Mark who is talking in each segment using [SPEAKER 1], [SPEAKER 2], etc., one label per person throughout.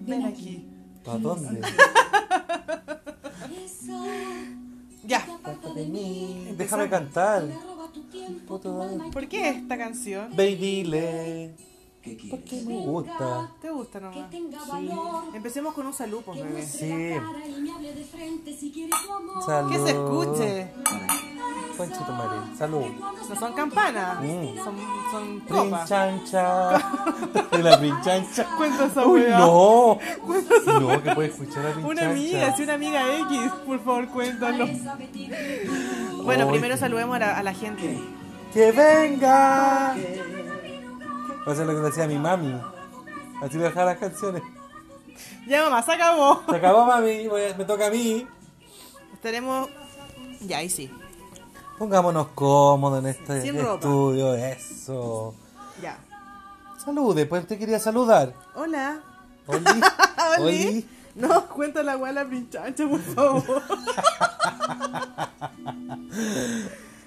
[SPEAKER 1] ven aquí.
[SPEAKER 2] ¿Para dónde?
[SPEAKER 1] Ya.
[SPEAKER 2] de mí. Déjame cantar.
[SPEAKER 1] ¿Por qué esta canción?
[SPEAKER 2] Ve y dile que me gusta.
[SPEAKER 1] ¿Te gusta nomás?
[SPEAKER 3] Tenga valor.
[SPEAKER 1] Empecemos con un saludo, pues, bebé.
[SPEAKER 2] Sí.
[SPEAKER 3] y me hable de frente si quiere tu amor.
[SPEAKER 2] Salud.
[SPEAKER 1] Que se escuche.
[SPEAKER 2] Conchito María. Salud.
[SPEAKER 1] No son campanas,
[SPEAKER 2] Mm.
[SPEAKER 1] son, son copas.
[SPEAKER 2] Princhancha. De la princhancha.
[SPEAKER 1] Cuenta esa
[SPEAKER 2] Uy,
[SPEAKER 1] weá.
[SPEAKER 2] no. No, que puede escuchar a princhancha.
[SPEAKER 1] Una amiga, sí, una amiga X, por favor, cuéntalo. Bueno,
[SPEAKER 2] Oy.
[SPEAKER 1] primero saludemos a la, a la gente.
[SPEAKER 2] ¡Que venga! Va a ser lo que le decía a mi mami. Así voy a dejar las canciones.
[SPEAKER 1] Ya, mamá, se acabó.
[SPEAKER 2] Se acabó, mami. voy- Me toca a mí.
[SPEAKER 1] Estaremos. Ya, ahí sí.
[SPEAKER 2] Pongámonos cómodos en este
[SPEAKER 1] Sin ropa.
[SPEAKER 2] estudio. Eso.
[SPEAKER 1] Ya.
[SPEAKER 2] Salude, pues te quería saludar.
[SPEAKER 1] Hola.
[SPEAKER 2] Oli.
[SPEAKER 1] Oli. No, cuenta la weá a la pinchancha, por favor.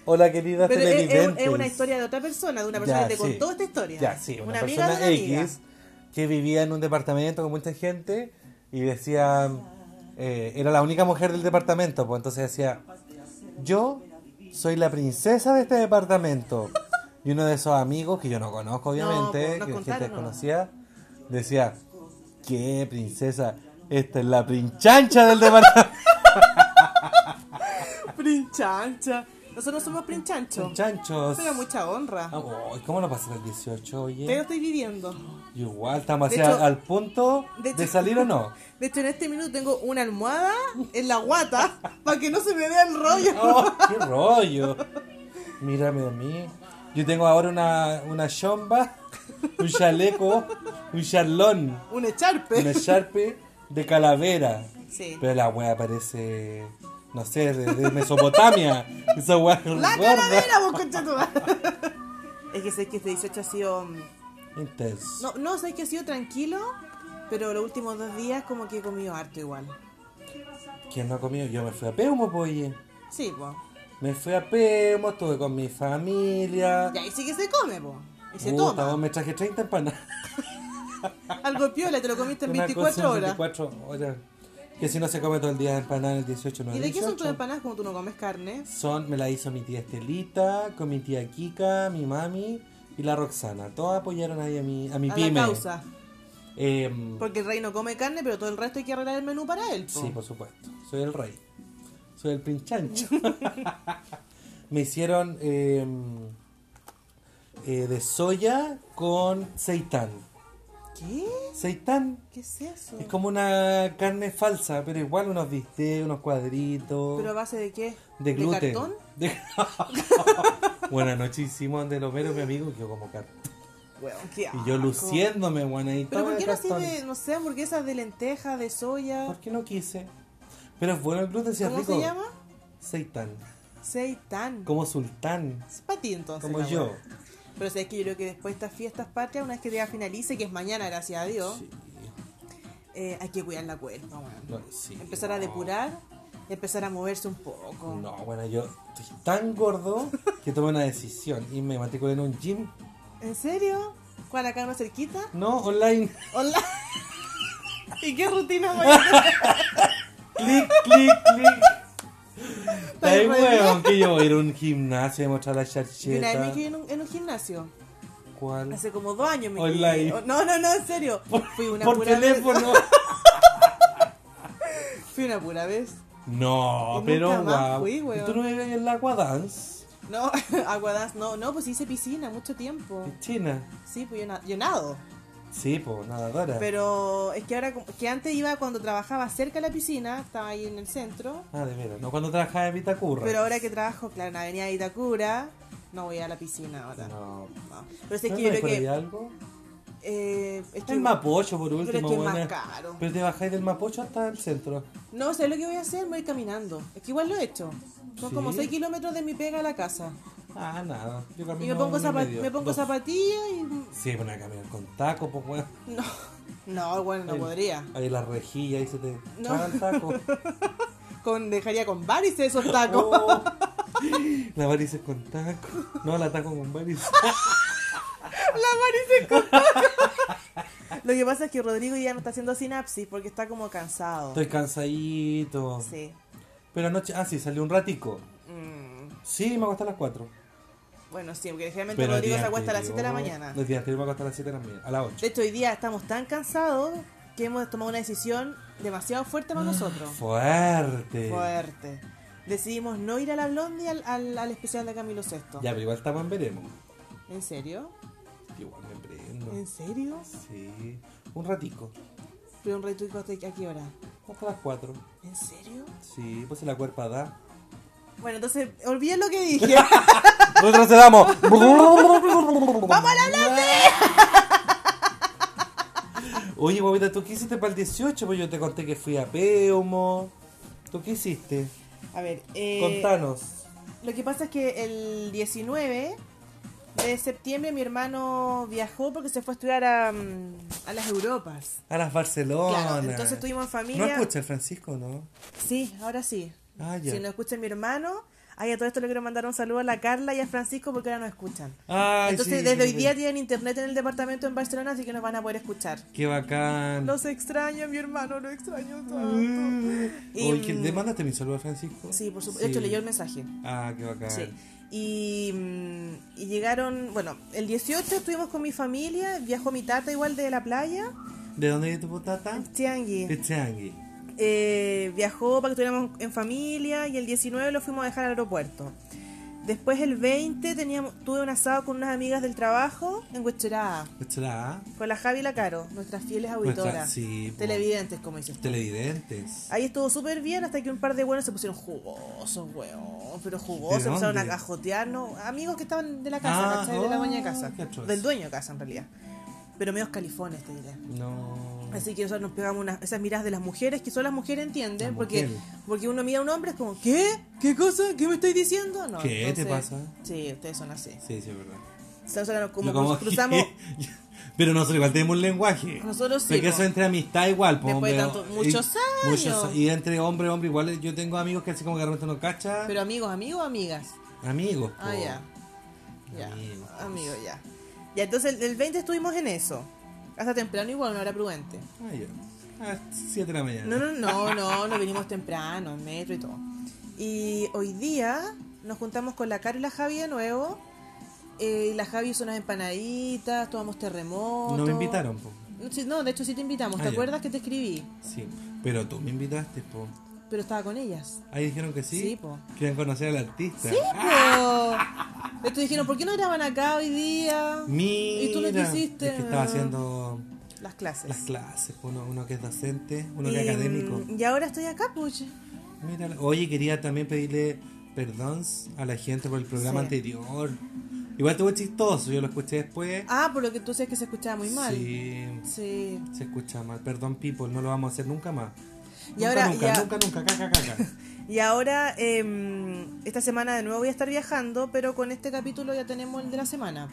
[SPEAKER 2] Hola, querida
[SPEAKER 1] Pero es- es,
[SPEAKER 2] televidente.
[SPEAKER 1] es una historia de otra persona, de una persona que te contó esta historia.
[SPEAKER 2] Ya, sí, una,
[SPEAKER 1] amiga
[SPEAKER 2] persona
[SPEAKER 1] de una amiga.
[SPEAKER 2] X que vivía en un departamento con mucha gente y decía, eh, era la única mujer del departamento, pues entonces decía, yo soy la princesa de este departamento. Y uno de esos amigos, que yo no conozco obviamente,
[SPEAKER 1] pues, nos
[SPEAKER 2] que es gente
[SPEAKER 1] contaron, ¿no?
[SPEAKER 2] desconocida, decía, ¿qué princesa? Esta es la princhancha del departamento.
[SPEAKER 1] Princhancha. Nosotros somos princhanchos.
[SPEAKER 2] Chanchos.
[SPEAKER 1] Pero mucha honra.
[SPEAKER 2] Ah, uy, ¿Cómo lo pasé el 18, oye?
[SPEAKER 1] Te lo estoy viviendo.
[SPEAKER 2] Igual, estamos
[SPEAKER 1] De
[SPEAKER 2] así al-
[SPEAKER 1] hecho-
[SPEAKER 2] al punto
[SPEAKER 1] de
[SPEAKER 2] de,
[SPEAKER 1] hecho-
[SPEAKER 2] salir o no.
[SPEAKER 1] De hecho, en este minuto tengo una almohada en la guata para que no se me vea el rollo.
[SPEAKER 2] Oh, ¡Qué rollo! Mírame a mí. Yo tengo ahora una, una chomba, un chaleco, un charlón,
[SPEAKER 1] Un echarpe.
[SPEAKER 2] una sharpe de calavera.
[SPEAKER 1] Sí.
[SPEAKER 2] Pero la wea parece, no sé, de, de Mesopotamia. Esa wea es
[SPEAKER 1] La
[SPEAKER 2] gorda.
[SPEAKER 1] calavera, vos conchetumare. Es que sé que este 18 ha sido. mm,
[SPEAKER 2] Intenso.
[SPEAKER 1] No, no, sé que ha sido tranquilo, pero los últimos dos días como que he comido harto igual.
[SPEAKER 2] ¿Quién no ha comido? Yo me fui a Peumo, pues, oye.
[SPEAKER 1] Sí, pues.
[SPEAKER 2] Me fui a Peumo, estuve con mi familia.
[SPEAKER 1] Ya, y sí que se come, pues. Y se
[SPEAKER 2] Puta,
[SPEAKER 1] toma.
[SPEAKER 2] vos me traje 30 empanadas.
[SPEAKER 1] Algo piola, te lo comiste en
[SPEAKER 2] Una
[SPEAKER 1] 24
[SPEAKER 2] cosa
[SPEAKER 1] horas.
[SPEAKER 2] 24 horas. Que si no se come todo el día empanada el 18, no
[SPEAKER 1] ¿Y
[SPEAKER 2] es
[SPEAKER 1] de qué son
[SPEAKER 2] 18.
[SPEAKER 1] tus empanadas como tú no comes carne?
[SPEAKER 2] Son, me la hizo mi tía Estelita, con mi tía Kika, mi mami y la Roxana. Todas apoyaron ahí a mi, a mi
[SPEAKER 1] a
[SPEAKER 2] pyme.
[SPEAKER 1] la causa.
[SPEAKER 2] Em,
[SPEAKER 1] Porque el rey no come carne, pero todo el resto hay que arreglar el menú para él. po.
[SPEAKER 2] Sí, por supuesto. Soy el rey. Soy el pinchancho. me hicieron em, eh, de soya con seitán.
[SPEAKER 1] ¿Qué?
[SPEAKER 2] Seitán
[SPEAKER 1] ¿Qué es eso?
[SPEAKER 2] es como una carne falsa, pero igual unos bistecs, unos cuadritos.
[SPEAKER 1] ¿Pero a base de qué?
[SPEAKER 2] De gluten.
[SPEAKER 1] cartón?
[SPEAKER 2] De- Buenas noches hicimos de Homero, mi amigo, que yo como cartón.
[SPEAKER 1] Weón, qué
[SPEAKER 2] Y yo
[SPEAKER 1] asco.
[SPEAKER 2] luciéndome, buena y
[SPEAKER 1] ¿Pero
[SPEAKER 2] todo
[SPEAKER 1] por
[SPEAKER 2] de
[SPEAKER 1] qué no así
[SPEAKER 2] cartón.
[SPEAKER 1] de, no sé, hamburguesas de lenteja, de soya?
[SPEAKER 2] Porque no quise. Pero es bueno el gluten, si es
[SPEAKER 1] ¿Cómo
[SPEAKER 2] rico.
[SPEAKER 1] se llama?
[SPEAKER 2] Seitan.
[SPEAKER 1] Seitan.
[SPEAKER 2] Como sultán.
[SPEAKER 1] Es para ti entonces.
[SPEAKER 2] Como
[SPEAKER 1] la
[SPEAKER 2] yo.
[SPEAKER 1] weá. Pero sabes que yo creo que después de estas fiestas patrias, una vez que ya finalice, que es mañana, gracias a Dios, eh, hay que cuidar la cuerda, weón.
[SPEAKER 2] No, sí,
[SPEAKER 1] Empezar a
[SPEAKER 2] no.
[SPEAKER 1] depurar, empezar a moverse un poco.
[SPEAKER 2] No, bueno, yo estoy tan gordo que tomé una decisión y me matriculé en un gym.
[SPEAKER 1] ¿En serio? ¿Cuál acá más cerquita?
[SPEAKER 2] No, online.
[SPEAKER 1] Hola. ¿Y qué rutina voy a hacer?
[SPEAKER 2] clic, clic, clic. Está
[SPEAKER 1] re
[SPEAKER 2] ahí, weón, que yo voy a ir a un gimnasio y mostrar la
[SPEAKER 1] Yo una vez me
[SPEAKER 2] charcheta.
[SPEAKER 1] quedé en un, en un gimnasio.
[SPEAKER 2] ¿Cuál?
[SPEAKER 1] Hace como dos años me
[SPEAKER 2] Online.
[SPEAKER 1] quedé. Oh, No, no, no, en serio. Fui una
[SPEAKER 2] Por
[SPEAKER 1] pura
[SPEAKER 2] teléfono.
[SPEAKER 1] vez. Fui una pura vez. Y
[SPEAKER 2] No,
[SPEAKER 1] nunca
[SPEAKER 2] pero
[SPEAKER 1] más
[SPEAKER 2] guau.
[SPEAKER 1] fui,
[SPEAKER 2] ¿Y
[SPEAKER 1] weón.
[SPEAKER 2] ¿Tú no vives en la Guadance?
[SPEAKER 1] No, aguadas, no, no, pues hice piscina mucho tiempo.
[SPEAKER 2] En China.
[SPEAKER 1] Sí, pues yo, na- yo nado.
[SPEAKER 2] Sí, pues, nadadora.
[SPEAKER 1] Pero es que ahora, como- que antes iba cuando trabajaba cerca de la piscina, estaba ahí en el centro.
[SPEAKER 2] Ah, de veras. No, cuando trabajaba en Vitacurra.
[SPEAKER 1] Pero ahora que trabajo, claro, en la avenida Itacura, no voy a la piscina ahora. No.
[SPEAKER 2] No.
[SPEAKER 1] Pero es que
[SPEAKER 2] ¿No
[SPEAKER 1] yo
[SPEAKER 2] hay
[SPEAKER 1] creo
[SPEAKER 2] por ahí
[SPEAKER 1] que.
[SPEAKER 2] algo?
[SPEAKER 1] Eh, es que-
[SPEAKER 2] El Mapocho, por último,
[SPEAKER 1] es que es más
[SPEAKER 2] buena.
[SPEAKER 1] caro.
[SPEAKER 2] Pero te bajáis del Mapocho hasta el centro.
[SPEAKER 1] No, sé lo que voy a hacer? Me voy caminando. Es que igual lo he hecho. Son
[SPEAKER 2] Sí.
[SPEAKER 1] como 6 kilómetros de mi pega a la casa.
[SPEAKER 2] Ah, nada. Yo camino
[SPEAKER 1] Y me pongo,
[SPEAKER 2] uno y
[SPEAKER 1] zapa-
[SPEAKER 2] medio,
[SPEAKER 1] me pongo
[SPEAKER 2] dos.
[SPEAKER 1] zapatillas y.
[SPEAKER 2] Sí, bueno, a caminar con taco, pues, weón.
[SPEAKER 1] No, no, bueno, no
[SPEAKER 2] Ahí-
[SPEAKER 1] podría.
[SPEAKER 2] Ahí la rejilla, ahí se te
[SPEAKER 1] No.
[SPEAKER 2] chava el taco.
[SPEAKER 1] Con, dejaría con varices esos tacos.
[SPEAKER 2] Oh. La varices con taco. No, la taco con varices.
[SPEAKER 1] La varices con Lo que pasa es que Rodrigo ya no está haciendo sinapsis porque está como cansado.
[SPEAKER 2] Estoy cansadito.
[SPEAKER 1] Sí.
[SPEAKER 2] Pero anoche, ah, sí, salió un ratico.
[SPEAKER 1] Mm,
[SPEAKER 2] Sí, me acosté a las 4.
[SPEAKER 1] Bueno, sí, porque generalmente Rodrigo se acuesta a las 7 de la mañana.
[SPEAKER 2] Los días anteriores me acosté a las 7 de la mañana, a las 8.
[SPEAKER 1] De hecho, hoy día estamos tan cansados que hemos tomado una decisión demasiado fuerte para nosotros.
[SPEAKER 2] Ah, Fuerte.
[SPEAKER 1] Fuerte. Decidimos no ir a la Blondie al, al, al especial de Camilo VI.
[SPEAKER 2] Ya, pero igual estamos en veremos.
[SPEAKER 1] ¿En serio?
[SPEAKER 2] Igual me prendo.
[SPEAKER 1] ¿En serio?
[SPEAKER 2] Sí. Un ratico.
[SPEAKER 1] Pero un retuico hasta a qué hora.
[SPEAKER 2] Hasta las 4.
[SPEAKER 1] ¿En serio?
[SPEAKER 2] Sí, pues si la cuerpa da.
[SPEAKER 1] Bueno, entonces, olviden lo que dije.
[SPEAKER 2] Retrocedamos.
[SPEAKER 1] ¡Vamos a la
[SPEAKER 2] Oye, guavita, ¿tú qué hiciste para el 18? Pues yo te conté que fui a Peumo. ¿Tú qué hiciste?
[SPEAKER 1] A ver, eh,
[SPEAKER 2] Contanos.
[SPEAKER 1] Lo que pasa es que el 19 de septiembre mi hermano viajó porque se fue a estudiar a, mm, a las Europas.
[SPEAKER 2] A las Barcelona.
[SPEAKER 1] Claro, entonces estuvimos en
[SPEAKER 2] No
[SPEAKER 1] familia.
[SPEAKER 2] escucha el Francisco, ¿no?
[SPEAKER 1] sí, ahora sí.
[SPEAKER 2] Ah, ya.
[SPEAKER 1] Si no escucha mi hermano, ay, a todo esto le quiero mandar un saludo a la Carla y a Francisco porque ahora nos escuchan.
[SPEAKER 2] Ay,
[SPEAKER 1] Entonces,
[SPEAKER 2] sí,
[SPEAKER 1] desde
[SPEAKER 2] sí,
[SPEAKER 1] hoy
[SPEAKER 2] sí.
[SPEAKER 1] día tienen internet en el departamento en Barcelona, así que nos van a poder escuchar.
[SPEAKER 2] Qué bacán.
[SPEAKER 1] Los extraño, mi hermano, lo extraño tanto.
[SPEAKER 2] Mm. Oye, ¿le mandaste mi saludo a Francisco?
[SPEAKER 1] Sí, por supuesto. De hecho,
[SPEAKER 2] Sí.
[SPEAKER 1] leyó el mensaje.
[SPEAKER 2] Ah, qué bacán.
[SPEAKER 1] Sí. Y, mm, y llegaron, bueno, el 18 estuvimos con mi familia, viajó mi tata igual de la playa,
[SPEAKER 2] ¿De dónde es tu potata? De
[SPEAKER 1] Tiangui.
[SPEAKER 2] Changi.
[SPEAKER 1] Eh, viajó para que estuviéramos en familia y el 19 lo fuimos a dejar al aeropuerto. Después el 20 teníamos, tuve un asado con unas amigas del trabajo en Huechuraba,
[SPEAKER 2] ¿Estará?
[SPEAKER 1] con la Javi y la Caro, nuestras fieles auditoras,
[SPEAKER 2] Nuestras- sí, po.
[SPEAKER 1] televidentes como dices tú.
[SPEAKER 2] Televidentes.
[SPEAKER 1] Ahí estuvo súper bien hasta que un par de buenos se pusieron jugosos, weón. Pero jugosos,
[SPEAKER 2] ¿De
[SPEAKER 1] empezaron a
[SPEAKER 2] dónde?
[SPEAKER 1] cajotearnos. Amigos que estaban de la casa,
[SPEAKER 2] Ah,
[SPEAKER 1] ¿cachai? De la dueña de
[SPEAKER 2] oh,
[SPEAKER 1] casa.
[SPEAKER 2] qué atroz.
[SPEAKER 1] Del dueño de casa, en realidad. Pero medios califones, te diré.
[SPEAKER 2] No.
[SPEAKER 1] Así que nosotros nos pegamos unas, esas miradas de las mujeres que solo las mujeres entienden.
[SPEAKER 2] Las
[SPEAKER 1] porque,
[SPEAKER 2] mujeres.
[SPEAKER 1] porque uno mira a un hombre, es como, ¿qué? ¿Qué cosa? ¿Qué me estoy diciendo? No,
[SPEAKER 2] ¿Qué te pasa?
[SPEAKER 1] Sí, ustedes son así.
[SPEAKER 2] Sí, sí, es verdad.
[SPEAKER 1] Nosotros como
[SPEAKER 2] Yo como-
[SPEAKER 1] cruzamos.
[SPEAKER 2] Pero nosotros igual tenemos un lenguaje.
[SPEAKER 1] Nosotros sí,
[SPEAKER 2] Porque
[SPEAKER 1] po.
[SPEAKER 2] eso entre amistad igual. po,
[SPEAKER 1] Después de
[SPEAKER 2] hombre,
[SPEAKER 1] tanto-
[SPEAKER 2] y-
[SPEAKER 1] muchos años.
[SPEAKER 2] a- y entre hombre hombre igual. Yo tengo amigos que así como que de repente no cacha.
[SPEAKER 1] Pero amigos, amigos, amigas.
[SPEAKER 2] amigos. po.
[SPEAKER 1] Ah, ya. Ya.
[SPEAKER 2] Oh, Amigos.
[SPEAKER 1] Amigo, ya. Ya, entonces el- el 20 estuvimos en eso. Hasta temprano igual, no era prudente.
[SPEAKER 2] Ah, ya. A las 7 de la mañana.
[SPEAKER 1] No, no, no, no, nos vinimos temprano, en metro y todo. Y hoy día nos juntamos con la Caro y la Javi de nuevo. Eh, y la Javi hizo unas empanaditas, tomamos terremoto.
[SPEAKER 2] No me invitaron, po.
[SPEAKER 1] No, sí, no, de hecho sí te invitamos.
[SPEAKER 2] Ah,
[SPEAKER 1] ¿Te
[SPEAKER 2] ya.
[SPEAKER 1] acuerdas que te escribí?
[SPEAKER 2] Sí. Pero tú me invitaste, po.
[SPEAKER 1] Pero estaba con ellas.
[SPEAKER 2] Ahí dijeron que sí.
[SPEAKER 1] Sí, po.
[SPEAKER 2] Quieren conocer al artista.
[SPEAKER 1] Sí,
[SPEAKER 2] Ah.
[SPEAKER 1] po. De hecho dijeron, ¿por qué no graban acá hoy día?
[SPEAKER 2] Mira,
[SPEAKER 1] ¿Y tú lo que hiciste?
[SPEAKER 2] Es que estaba
[SPEAKER 1] Ah.
[SPEAKER 2] haciendo
[SPEAKER 1] Las clases.
[SPEAKER 2] las clases, po, uno, uno que es docente, uno que
[SPEAKER 1] y,
[SPEAKER 2] es académico.
[SPEAKER 1] Y ahora estoy acá, puche.
[SPEAKER 2] Mira, oye, quería también pedirle perdón a la gente por el programa
[SPEAKER 1] Sí.
[SPEAKER 2] anterior. Igual estuvo chistoso, yo lo escuché después.
[SPEAKER 1] Ah, por lo que tú decías que se escuchaba muy mal.
[SPEAKER 2] Sí,
[SPEAKER 1] Sí.
[SPEAKER 2] se escucha mal. Perdón, people, no lo vamos a hacer nunca más.
[SPEAKER 1] Y
[SPEAKER 2] nunca,
[SPEAKER 1] ahora-
[SPEAKER 2] nunca,
[SPEAKER 1] y a-
[SPEAKER 2] nunca, nunca, caca, caca.
[SPEAKER 1] Y ahora, em, esta semana de nuevo voy a estar viajando, pero con este capítulo ya tenemos el de la semana.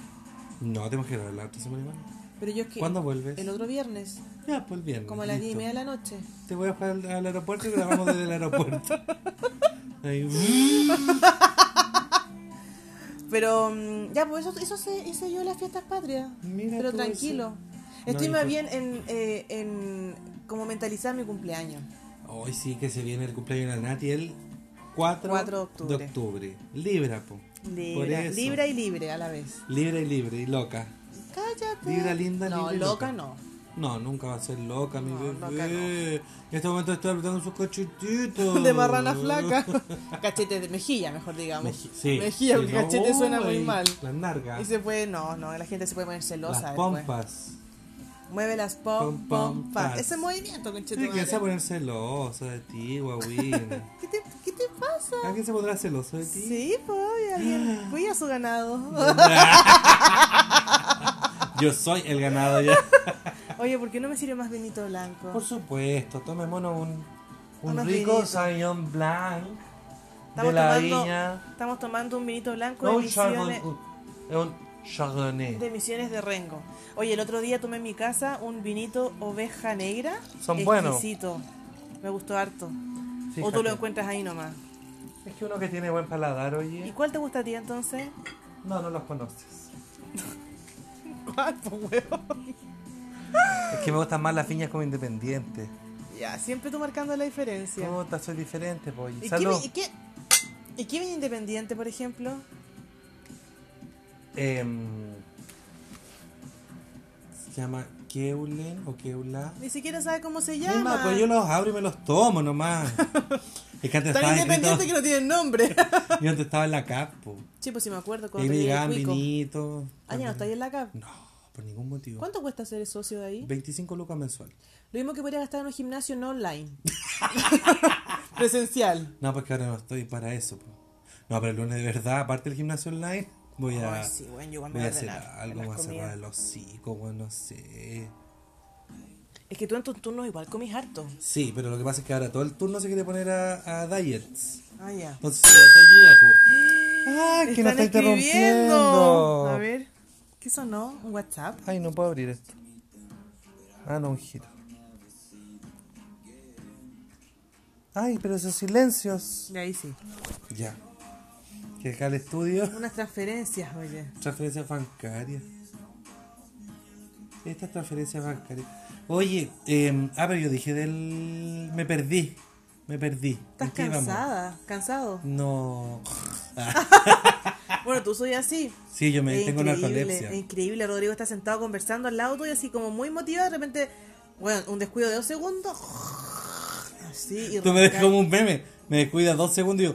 [SPEAKER 2] No, tenemos que hablar la otra semana igual.
[SPEAKER 1] Pero yo es que.
[SPEAKER 2] ¿Cuándo vuelves?
[SPEAKER 1] El otro viernes,
[SPEAKER 2] Ya, pues bien.
[SPEAKER 1] como a las 10 y media de la noche.
[SPEAKER 2] Te voy a bajar al, al aeropuerto y grabamos desde el aeropuerto. Ahí,
[SPEAKER 1] Pero mm, ya, pues eso, eso se, hice yo en las fiestas patrias.
[SPEAKER 2] Mira
[SPEAKER 1] pero
[SPEAKER 2] tú
[SPEAKER 1] tranquilo.
[SPEAKER 2] No,
[SPEAKER 1] Estoy
[SPEAKER 2] y
[SPEAKER 1] más
[SPEAKER 2] pues-
[SPEAKER 1] bien en, eh, en como mentalizar mi cumpleaños.
[SPEAKER 2] Hoy sí que se viene el cumpleaños de la Nati el 4,
[SPEAKER 1] 4 de octubre.
[SPEAKER 2] octubre. Libra, po. Por
[SPEAKER 1] Libra,
[SPEAKER 2] eso.
[SPEAKER 1] libra y libre a la vez.
[SPEAKER 2] Libre y libre y loca.
[SPEAKER 1] Cállate.
[SPEAKER 2] Libra linda,
[SPEAKER 1] No,
[SPEAKER 2] libre y
[SPEAKER 1] loca
[SPEAKER 2] loca.
[SPEAKER 1] no.
[SPEAKER 2] No, nunca va a ser loca, mi
[SPEAKER 1] No,
[SPEAKER 2] bebé.
[SPEAKER 1] loca no.
[SPEAKER 2] En este momento estoy apretando sus cachetitos.
[SPEAKER 1] De marrana flaca. Cachete de mejilla, mejor digamos.
[SPEAKER 2] Meji- sí,
[SPEAKER 1] Mejilla,
[SPEAKER 2] sí,
[SPEAKER 1] porque
[SPEAKER 2] no,
[SPEAKER 1] cachete suena muy
[SPEAKER 2] y
[SPEAKER 1] mal.
[SPEAKER 2] Las nargas.
[SPEAKER 1] Y se puede, no, no, pues. la gente se puede poner celosa.
[SPEAKER 2] las
[SPEAKER 1] después.
[SPEAKER 2] pompas.
[SPEAKER 1] Mueve las pom,
[SPEAKER 2] Pom,
[SPEAKER 1] pom,
[SPEAKER 2] pompas.
[SPEAKER 1] pam. Ese movimiento, conchito.
[SPEAKER 2] Sí, que se va a poner celosa de ti, guagüina.
[SPEAKER 1] ¿Qué, te, ¿Qué te pasa?
[SPEAKER 2] ¿Alguien se pondrá celoso de ti?
[SPEAKER 1] Sí, pues, alguien cuida su ganado.
[SPEAKER 2] Yo soy el ganado ya.
[SPEAKER 1] Oye, ¿por qué no me sirve más vinito blanco?
[SPEAKER 2] Por supuesto, tomémonos un, un
[SPEAKER 1] Unos
[SPEAKER 2] rico
[SPEAKER 1] vinitos.
[SPEAKER 2] Sauvignon Blanc
[SPEAKER 1] Estamos
[SPEAKER 2] de la
[SPEAKER 1] tomando,
[SPEAKER 2] viña.
[SPEAKER 1] estamos tomando un vinito blanco
[SPEAKER 2] No
[SPEAKER 1] de
[SPEAKER 2] un Chardonnay,
[SPEAKER 1] misiones,
[SPEAKER 2] un, es un Chardonnay.
[SPEAKER 1] de misiones de Rengo. Oye, el otro día tomé en mi casa un vinito oveja negra.
[SPEAKER 2] Son buenos.
[SPEAKER 1] Exquisito. Me gustó harto. O tú
[SPEAKER 2] Fíjate.
[SPEAKER 1] lo encuentras ahí nomás.
[SPEAKER 2] Es que uno que tiene buen paladar,
[SPEAKER 1] ¿Y
[SPEAKER 2] oye.
[SPEAKER 1] cuál te gusta a ti entonces?
[SPEAKER 2] No, no los conoces. pues,
[SPEAKER 1] ¿Cuál, po, weón?
[SPEAKER 2] Es que me gustan más las piñas como independiente.
[SPEAKER 1] Ya, siempre tú marcando la diferencia.
[SPEAKER 2] Puta, soy diferente, pues.
[SPEAKER 1] ¿Y qué,
[SPEAKER 2] Oh, Salud.
[SPEAKER 1] vi- y qué, y qué viene independiente, por ejemplo?
[SPEAKER 2] Em, se llama Keulen o Keula.
[SPEAKER 1] Ni siquiera sabe cómo se
[SPEAKER 2] Misma,
[SPEAKER 1] llama.
[SPEAKER 2] pues yo los abro y me los tomo nomás. Es que antes
[SPEAKER 1] Tan
[SPEAKER 2] estaba
[SPEAKER 1] independiente que
[SPEAKER 2] escrito-
[SPEAKER 1] no tiene nombre.
[SPEAKER 2] Yo antes estaba en la CAP, po.
[SPEAKER 1] sí, pues sí me acuerdo
[SPEAKER 2] Y ahí
[SPEAKER 1] cuando
[SPEAKER 2] me
[SPEAKER 1] llegué a
[SPEAKER 2] llegaban
[SPEAKER 1] Cuico.
[SPEAKER 2] vinitos.
[SPEAKER 1] Ah, ya no está ahí en la CAP.
[SPEAKER 2] No, por ningún motivo.
[SPEAKER 1] ¿Cuánto cuesta ser socio de ahí?
[SPEAKER 2] 25 lucas mensual.
[SPEAKER 1] Lo mismo que podría gastar en un gimnasio no online. Presencial.
[SPEAKER 2] No, porque ahora no estoy para eso. po. No, pero el lunes de verdad, aparte del gimnasio online, voy a,
[SPEAKER 1] Ay, sí, bueno, yo igual me
[SPEAKER 2] voy a
[SPEAKER 1] voy a
[SPEAKER 2] hacer
[SPEAKER 1] ordenar
[SPEAKER 2] algo
[SPEAKER 1] las
[SPEAKER 2] más cerrado
[SPEAKER 1] comidas.
[SPEAKER 2] el hocico, bueno, no sé.
[SPEAKER 1] Es que tú en tus turnos igual comís harto.
[SPEAKER 2] Sí, pero lo que pasa es que ahora todo el turno se quiere poner a, a diets.
[SPEAKER 1] Ah, ya.
[SPEAKER 2] Entonces, igual te ayuda, po. Ah, que no
[SPEAKER 1] Están
[SPEAKER 2] está
[SPEAKER 1] escribiendo.
[SPEAKER 2] interrumpiendo.
[SPEAKER 1] A ver. ¿Qué sonó? ¿Un WhatsApp?
[SPEAKER 2] Ay, no puedo abrir esto. Ah, no, un giro. Ay, pero esos silencios.
[SPEAKER 1] Y ahí sí.
[SPEAKER 2] Ya. Que acá el estudio.
[SPEAKER 1] Unas transferencias, oye.
[SPEAKER 2] Transferencias bancarias. Estas transferencias bancarias. Oye, eh, ah, pero yo dije del. Me perdí. Me perdí.
[SPEAKER 1] ¿Estás
[SPEAKER 2] ¿En qué íbamos?
[SPEAKER 1] cansada? ¿Cansado?
[SPEAKER 2] No.
[SPEAKER 1] Bueno, tú soy así.
[SPEAKER 2] Sí, yo me
[SPEAKER 1] Es
[SPEAKER 2] tengo
[SPEAKER 1] increíble,
[SPEAKER 2] narcolepsia.
[SPEAKER 1] es increíble. Rodrigo está sentado conversando al lado tuyo, así como muy motivado. De repente, bueno, un descuido de dos segundos. Así. Y
[SPEAKER 2] Tú me ves
[SPEAKER 1] roncar.
[SPEAKER 2] como un meme. Me descuidas dos segundos y yo.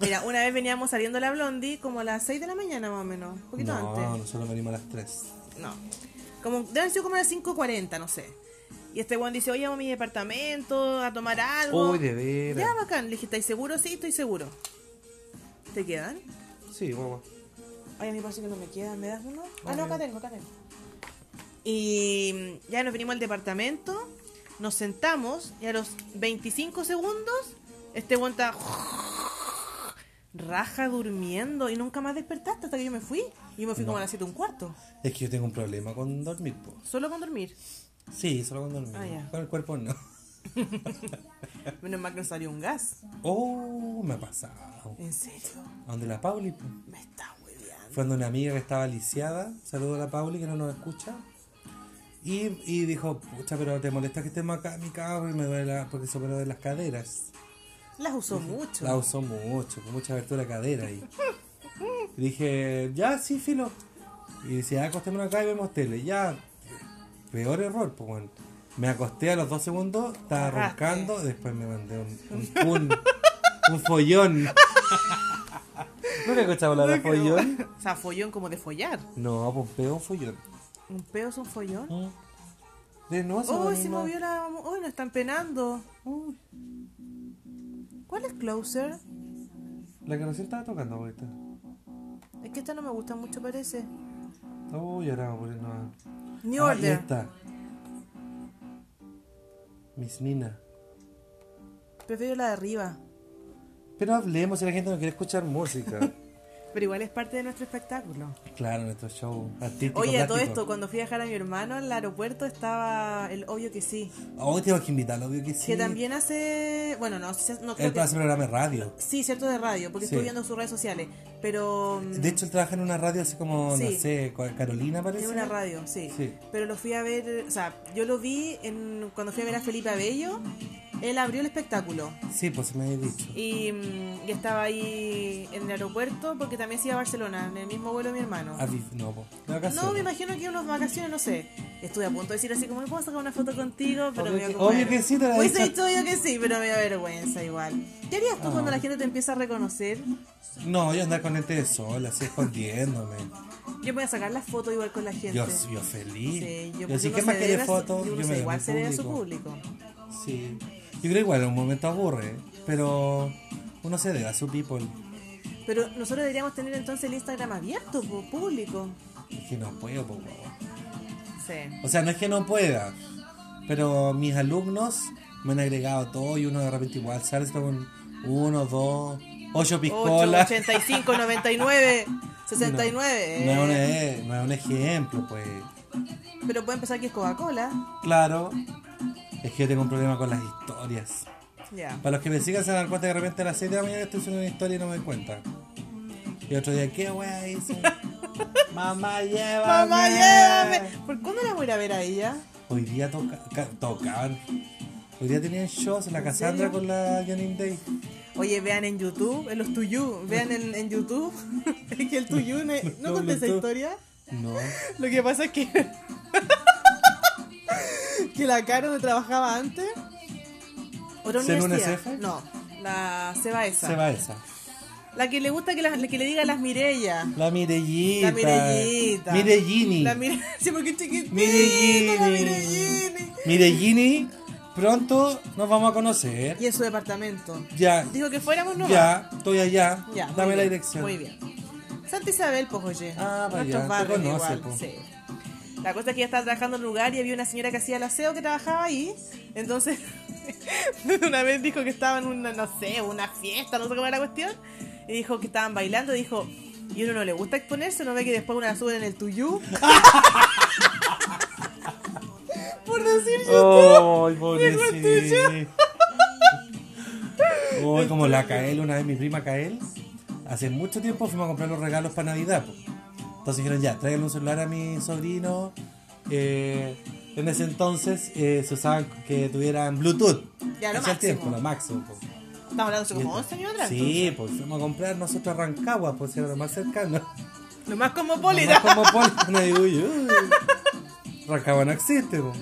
[SPEAKER 1] Mira, una vez veníamos saliendo la Blondie como a las 6 de la mañana más o menos. Un poquito
[SPEAKER 2] No,
[SPEAKER 1] antes.
[SPEAKER 2] nosotros venimos a las 3.
[SPEAKER 1] No. Como, deben ser como a las 5.40, no sé. Y este weón dice, oye, vamos a mi departamento a tomar algo.
[SPEAKER 2] Uy, de veras.
[SPEAKER 1] Ya, bacán. Le dije, ¿estáis seguro? Sí, estoy seguro. ¿Te quedan?
[SPEAKER 2] Sí, guagua.
[SPEAKER 1] Ay, a mí parece que no me quedan. ¿Me das uno? Ah, no, acá tengo, acá tengo. Y mm, ya nos vinimos al departamento, nos sentamos y a los 25 segundos este weón está raja durmiendo y nunca más despertaste hasta que yo me fui. Yo me fui como a las 7 un cuarto,
[SPEAKER 2] Es que yo tengo un problema con dormir, po.
[SPEAKER 1] solo con dormir.
[SPEAKER 2] Sí, solo con dormir.
[SPEAKER 1] Ah, ya.
[SPEAKER 2] Con el cuerpo no.
[SPEAKER 1] Menos mal que nos salió un gas.
[SPEAKER 2] Oh, me ha pasado.
[SPEAKER 1] ¿En serio?
[SPEAKER 2] ¿A dónde la Pauli, po?
[SPEAKER 1] Me está hueveando.
[SPEAKER 2] Fue donde una amiga que estaba lisiada. Saludo a la Pauli que no nos escucha. Y, y dijo, pucha, pero te molesta que estemos acá en mi cabra y me duele la- porque se operó de las caderas.
[SPEAKER 1] Las usó mucho.
[SPEAKER 2] La usó mucho, con mucha abertura de cadera ahí. Y dije, ya, sí, filo. Y decía, "Ah, acostémonos acá y vemos tele. Ya, peor error, pues bueno. Me acosté a los dos segundos, estaba
[SPEAKER 1] Cagaste.
[SPEAKER 2] roncando, después me mandé un, un, un, un follón. ¿No le escuchaba la palabra follón?
[SPEAKER 1] O sea, follón como de follar.
[SPEAKER 2] No, pues pegó un follón.
[SPEAKER 1] Un peo es un follón.
[SPEAKER 2] De no, se
[SPEAKER 1] Uy,
[SPEAKER 2] movió
[SPEAKER 1] se
[SPEAKER 2] nada.
[SPEAKER 1] Oh, movió la. Uy, nos están penando. Uy. ¿Cuál es Closer?
[SPEAKER 2] La que recién estaba tocando ahorita.
[SPEAKER 1] Es que esta no me gusta mucho, parece.
[SPEAKER 2] Uy, ahora vamos a poner nada.
[SPEAKER 1] New
[SPEAKER 2] pues, Ah, y
[SPEAKER 1] Order.
[SPEAKER 2] esta. Miss Nina.
[SPEAKER 1] Prefiero la de arriba.
[SPEAKER 2] Pero hablemos si la gente no quiere escuchar música.
[SPEAKER 1] Pero igual es parte de nuestro espectáculo.
[SPEAKER 2] claro, nuestro show artístico.
[SPEAKER 1] Oye, a todo
[SPEAKER 2] plástico.
[SPEAKER 1] esto, cuando fui a dejar a mi hermano al aeropuerto estaba el obvio que sí.
[SPEAKER 2] Oh, tengo que invitarlo, obvio que sí.
[SPEAKER 1] Que también hace. Bueno, no, se- no creo
[SPEAKER 2] Él
[SPEAKER 1] que.
[SPEAKER 2] hace programa de radio.
[SPEAKER 1] Sí, cierto, de radio, porque
[SPEAKER 2] Sí.
[SPEAKER 1] estuve viendo sus redes sociales. Pero. mm,
[SPEAKER 2] De hecho, él trabaja en una radio así como,
[SPEAKER 1] Sí.
[SPEAKER 2] no sé, co- Carolina parece.
[SPEAKER 1] En una radio, sí.
[SPEAKER 2] Sí.
[SPEAKER 1] Pero lo fui a ver, o sea, yo lo vi en, cuando fui a ver a Felipe Abello. Él abrió el espectáculo
[SPEAKER 2] Sí, pues me había dicho.
[SPEAKER 1] y, mm, y estaba ahí en el aeropuerto porque también se iba a Barcelona, en el mismo vuelo de mi hermano.
[SPEAKER 2] A Viv- Ah, no, po. De vacaciones.
[SPEAKER 1] No, me imagino que unas vacaciones, no sé. Estuve a punto de decir así como, ¿me puedo sacar una foto contigo? Pero
[SPEAKER 2] Obvio
[SPEAKER 1] me dio
[SPEAKER 2] que-
[SPEAKER 1] como
[SPEAKER 2] obvio
[SPEAKER 1] ver-
[SPEAKER 2] que sí, te la
[SPEAKER 1] Hubiese
[SPEAKER 2] dije.
[SPEAKER 1] dicho obvio que sí, pero me da vergüenza igual. ¿Qué harías tú
[SPEAKER 2] Ah.
[SPEAKER 1] cuando la gente te empieza a reconocer?
[SPEAKER 2] No, yo andar con gente de sol, así escondiéndome.
[SPEAKER 1] Yo voy a sacar las fotos igual con la gente.
[SPEAKER 2] Yo, yo feliz.
[SPEAKER 1] Sí, yo,
[SPEAKER 2] yo así
[SPEAKER 1] uno
[SPEAKER 2] que más
[SPEAKER 1] se
[SPEAKER 2] que
[SPEAKER 1] debe
[SPEAKER 2] de
[SPEAKER 1] a-
[SPEAKER 2] fotos,
[SPEAKER 1] y
[SPEAKER 2] yo
[SPEAKER 1] uno
[SPEAKER 2] me
[SPEAKER 1] se
[SPEAKER 2] debo
[SPEAKER 1] igual
[SPEAKER 2] al
[SPEAKER 1] se debe a su público.
[SPEAKER 2] Sí. Yo creo igual en un momento aburre, pero uno se debe a su people.
[SPEAKER 1] Pero nosotros deberíamos tener entonces el Instagram abierto, po, público.
[SPEAKER 2] Es que no puedo, po, guau.
[SPEAKER 1] Sí.
[SPEAKER 2] O sea, no es que no pueda, pero mis alumnos me han agregado todo y uno de repente igual sale está con uno, dos, ocho
[SPEAKER 1] 8,
[SPEAKER 2] piscolas.
[SPEAKER 1] 85, 99,
[SPEAKER 2] No,
[SPEAKER 1] 69. eh.
[SPEAKER 2] No, es un, e, no es un ejemplo, pues.
[SPEAKER 1] Pero puede empezar que es Coca-Cola.
[SPEAKER 2] Claro, es que yo tengo un problema con las historias.
[SPEAKER 1] Ya.
[SPEAKER 2] Para los que me sigan se dan cuenta que de repente a las 7 de la mañana estoy subiendo una historia y no me doy cuenta. Y otro día, ¿qué wea hice? Mamá, llévame.
[SPEAKER 1] Mamá, llévame. ¿Por cuándo la voy a ir a ver a ella?
[SPEAKER 2] Hoy día toca- ca- tocaban. Hoy día tenían shows en la Cassandra con la Janine Day.
[SPEAKER 1] Oye, vean en YouTube, en los Tuyú, vean en, en YouTube. es que el Tuyú, ne- ¿no
[SPEAKER 2] No,
[SPEAKER 1] conté esa
[SPEAKER 2] no, tú.
[SPEAKER 1] historia?
[SPEAKER 2] No.
[SPEAKER 1] Lo que pasa es que. que la Caro donde trabajaba antes. Otra
[SPEAKER 2] ¿Cen
[SPEAKER 1] universidad.
[SPEAKER 2] UNICEF?
[SPEAKER 1] No, la Seba esa.
[SPEAKER 2] Se va esa.
[SPEAKER 1] La que le gusta que, la, que le diga las Mirellas.
[SPEAKER 2] La Mirellita.
[SPEAKER 1] La Mirellita.
[SPEAKER 2] Mirellini.
[SPEAKER 1] La Mire... Sí, porque es chiquitita. La Mirellini.
[SPEAKER 2] Mirellini. Mirellini, pronto nos vamos a conocer.
[SPEAKER 1] Y en su departamento.
[SPEAKER 2] Ya,
[SPEAKER 1] Dijo que fuéramos nomás.
[SPEAKER 2] ya, estoy allá.
[SPEAKER 1] Ya, muy
[SPEAKER 2] Dame la
[SPEAKER 1] bien,
[SPEAKER 2] dirección.
[SPEAKER 1] Muy bien. Santa Isabel, pues oye.
[SPEAKER 2] Ah, para allá,
[SPEAKER 1] Nuestros
[SPEAKER 2] te
[SPEAKER 1] barrios
[SPEAKER 2] conoce,
[SPEAKER 1] igual.
[SPEAKER 2] po.
[SPEAKER 1] Sí. La cosa es que ella estaba trabajando en un lugar y había una señora que hacía el aseo que trabajaba ahí. Entonces, una vez dijo que estaba en una, no sé, una fiesta, no sé cómo era la cuestión. Y dijo que estaban bailando. Dijo, y uno no le gusta exponerse, no ve que después una la suben en el tuyú. Por decir yo.
[SPEAKER 2] ¡Ay,
[SPEAKER 1] tuyo.
[SPEAKER 2] pobrecito! Uy, como la Kael, una vez mi prima Kael, hace mucho tiempo fuimos a comprar los regalos para Navidad. po. Entonces dijeron, ya, tráiganle un celular a mi sobrino. Eh, en ese entonces eh, se usaban que tuvieran Bluetooth.
[SPEAKER 1] Ya, lo
[SPEAKER 2] Hacía el
[SPEAKER 1] máximo.
[SPEAKER 2] tiempo, lo máximo. po.
[SPEAKER 1] Estamos hablando hace como 11 años atrás.
[SPEAKER 2] Sí, pues fuimos a comprar nosotros a Rancagua, por si era lo más cercano.
[SPEAKER 1] entonces. Lo más
[SPEAKER 2] Lo más
[SPEAKER 1] cosmopolita.
[SPEAKER 2] cosmopolitano, digo yo. Rancagua no existe, po.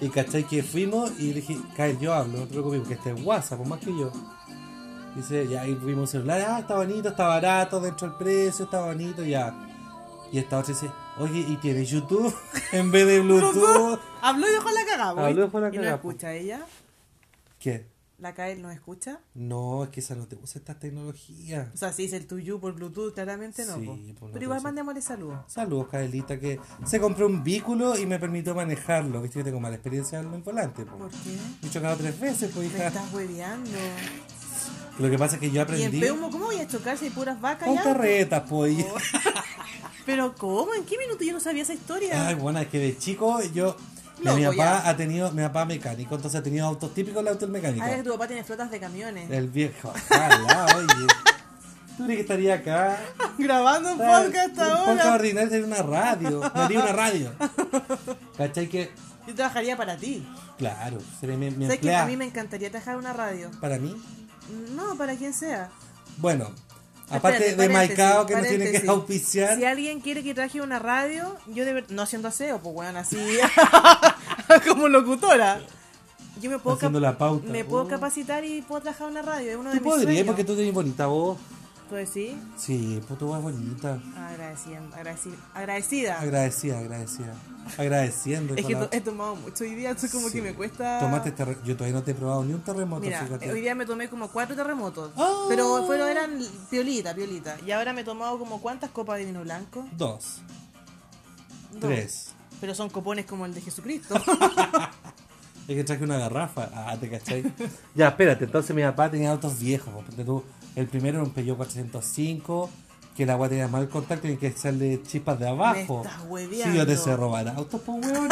[SPEAKER 2] Y cachai que fuimos y le dije, Kyle, yo hablo, no te preocupes, porque este es WhatsApp, pues más que yo. Dice, ya, ahí fuimos celular, ah, está bonito, está barato, dentro del precio, está bonito, ya. Y esta otra dice, oye, ¿y tiene YouTube en vez de Bluetooth?
[SPEAKER 1] Habló y dejó la cagada. güey.
[SPEAKER 2] Habló y dejó la
[SPEAKER 1] Y no
[SPEAKER 2] cagada, pues.
[SPEAKER 1] escucha ella.
[SPEAKER 2] ¿Qué?
[SPEAKER 1] La Kael no escucha.
[SPEAKER 2] No, es que esa no te usa esta tecnología.
[SPEAKER 1] O sea, si dice el tuyo por Bluetooth, claramente no.
[SPEAKER 2] Sí,
[SPEAKER 1] po.
[SPEAKER 2] pues no
[SPEAKER 1] Pero igual
[SPEAKER 2] puede ser.
[SPEAKER 1] mandémosle saludos.
[SPEAKER 2] Saludos, Kaelita, que se compró un vehículo y me permitió manejarlo. Viste que tengo mala experiencia en el volante. po.
[SPEAKER 1] ¿Por qué?
[SPEAKER 2] He chocado tres veces, pues,
[SPEAKER 1] Me
[SPEAKER 2] hija.
[SPEAKER 1] estás hueveando.
[SPEAKER 2] Lo que pasa es que yo
[SPEAKER 1] Y en
[SPEAKER 2] aprendí
[SPEAKER 1] Peumo, ¿cómo voy a chocar si hay puras vacas
[SPEAKER 2] con
[SPEAKER 1] ya?
[SPEAKER 2] carretas, pues. hija.
[SPEAKER 1] Pero ¿cómo? ¿En qué minuto yo no sabía esa historia? Ah,
[SPEAKER 2] Ay, bueno, es que de chico yo. mira, mi
[SPEAKER 1] Loco,
[SPEAKER 2] papá
[SPEAKER 1] ya.
[SPEAKER 2] ha tenido. Mi papá es mecánico, entonces ha tenido autos típicos de auto mecánico.
[SPEAKER 1] Ahora que tu papá tiene flotas de camiones.
[SPEAKER 2] El viejo. Ojalá, oye. Tú crees que estaría acá.
[SPEAKER 1] Grabando un podcast
[SPEAKER 2] Un podcast
[SPEAKER 1] ahora.
[SPEAKER 2] ordinario sería una radio. No haría una radio. ¿Cachai? Que.
[SPEAKER 1] Yo trabajaría para ti.
[SPEAKER 2] Claro, sería mi, mi
[SPEAKER 1] ¿Sabes que
[SPEAKER 2] empleada.
[SPEAKER 1] a mí me encantaría trabajar en una radio?
[SPEAKER 2] Para mí.
[SPEAKER 1] No, para quien sea.
[SPEAKER 2] Bueno, aparte
[SPEAKER 1] Espérate,
[SPEAKER 2] de
[SPEAKER 1] paréntesis,
[SPEAKER 2] Maicao que nos tiene que
[SPEAKER 1] paréntesis.
[SPEAKER 2] auspiciar.
[SPEAKER 1] Si alguien quiere que traje una radio, yo de ver- no haciendo aseo, pues weón, así como locutora. Yo me puedo,
[SPEAKER 2] Haciendo
[SPEAKER 1] cap-
[SPEAKER 2] la pauta.
[SPEAKER 1] me puedo
[SPEAKER 2] Oh.
[SPEAKER 1] capacitar y puedo trabajar una radio, es uno de
[SPEAKER 2] Tú
[SPEAKER 1] mis
[SPEAKER 2] podrías,
[SPEAKER 1] sueños.
[SPEAKER 2] porque tú tenés bonita voz.
[SPEAKER 1] ¿Tú decís?
[SPEAKER 2] Sí, pues tu voz es bonita.
[SPEAKER 1] Agradecida, agradeci- agradecida.
[SPEAKER 2] Agradecida, agradecida. Agradeciendo.
[SPEAKER 1] es
[SPEAKER 2] con
[SPEAKER 1] que
[SPEAKER 2] la-
[SPEAKER 1] to- he tomado mucho hoy día, entonces como
[SPEAKER 2] Sí.
[SPEAKER 1] que me cuesta...
[SPEAKER 2] Tomaste terre- Yo todavía no te he probado ni un terremoto,
[SPEAKER 1] Mira,
[SPEAKER 2] fíjate.
[SPEAKER 1] eh, hoy día me tomé como cuatro terremotos,
[SPEAKER 2] Ah.
[SPEAKER 1] pero fueron, eran piolita, piolita. Y ahora me he tomado como cuántas copas de vino blanco.
[SPEAKER 2] Dos,
[SPEAKER 1] Dos.
[SPEAKER 2] tres.
[SPEAKER 1] Pero son copones como el de Jesucristo.
[SPEAKER 2] Es que traje una garrafa. Ah, te cachai. ya, espérate. Entonces mi papá tenía autos viejos. pues, ponte tú, el primero era un Peugeot 405. Que el agua tenía mal contacto y que sale chispas de
[SPEAKER 1] Me
[SPEAKER 2] abajo.
[SPEAKER 1] estás
[SPEAKER 2] si
[SPEAKER 1] hueveando.
[SPEAKER 2] yo te sé robar autos, pues huevón.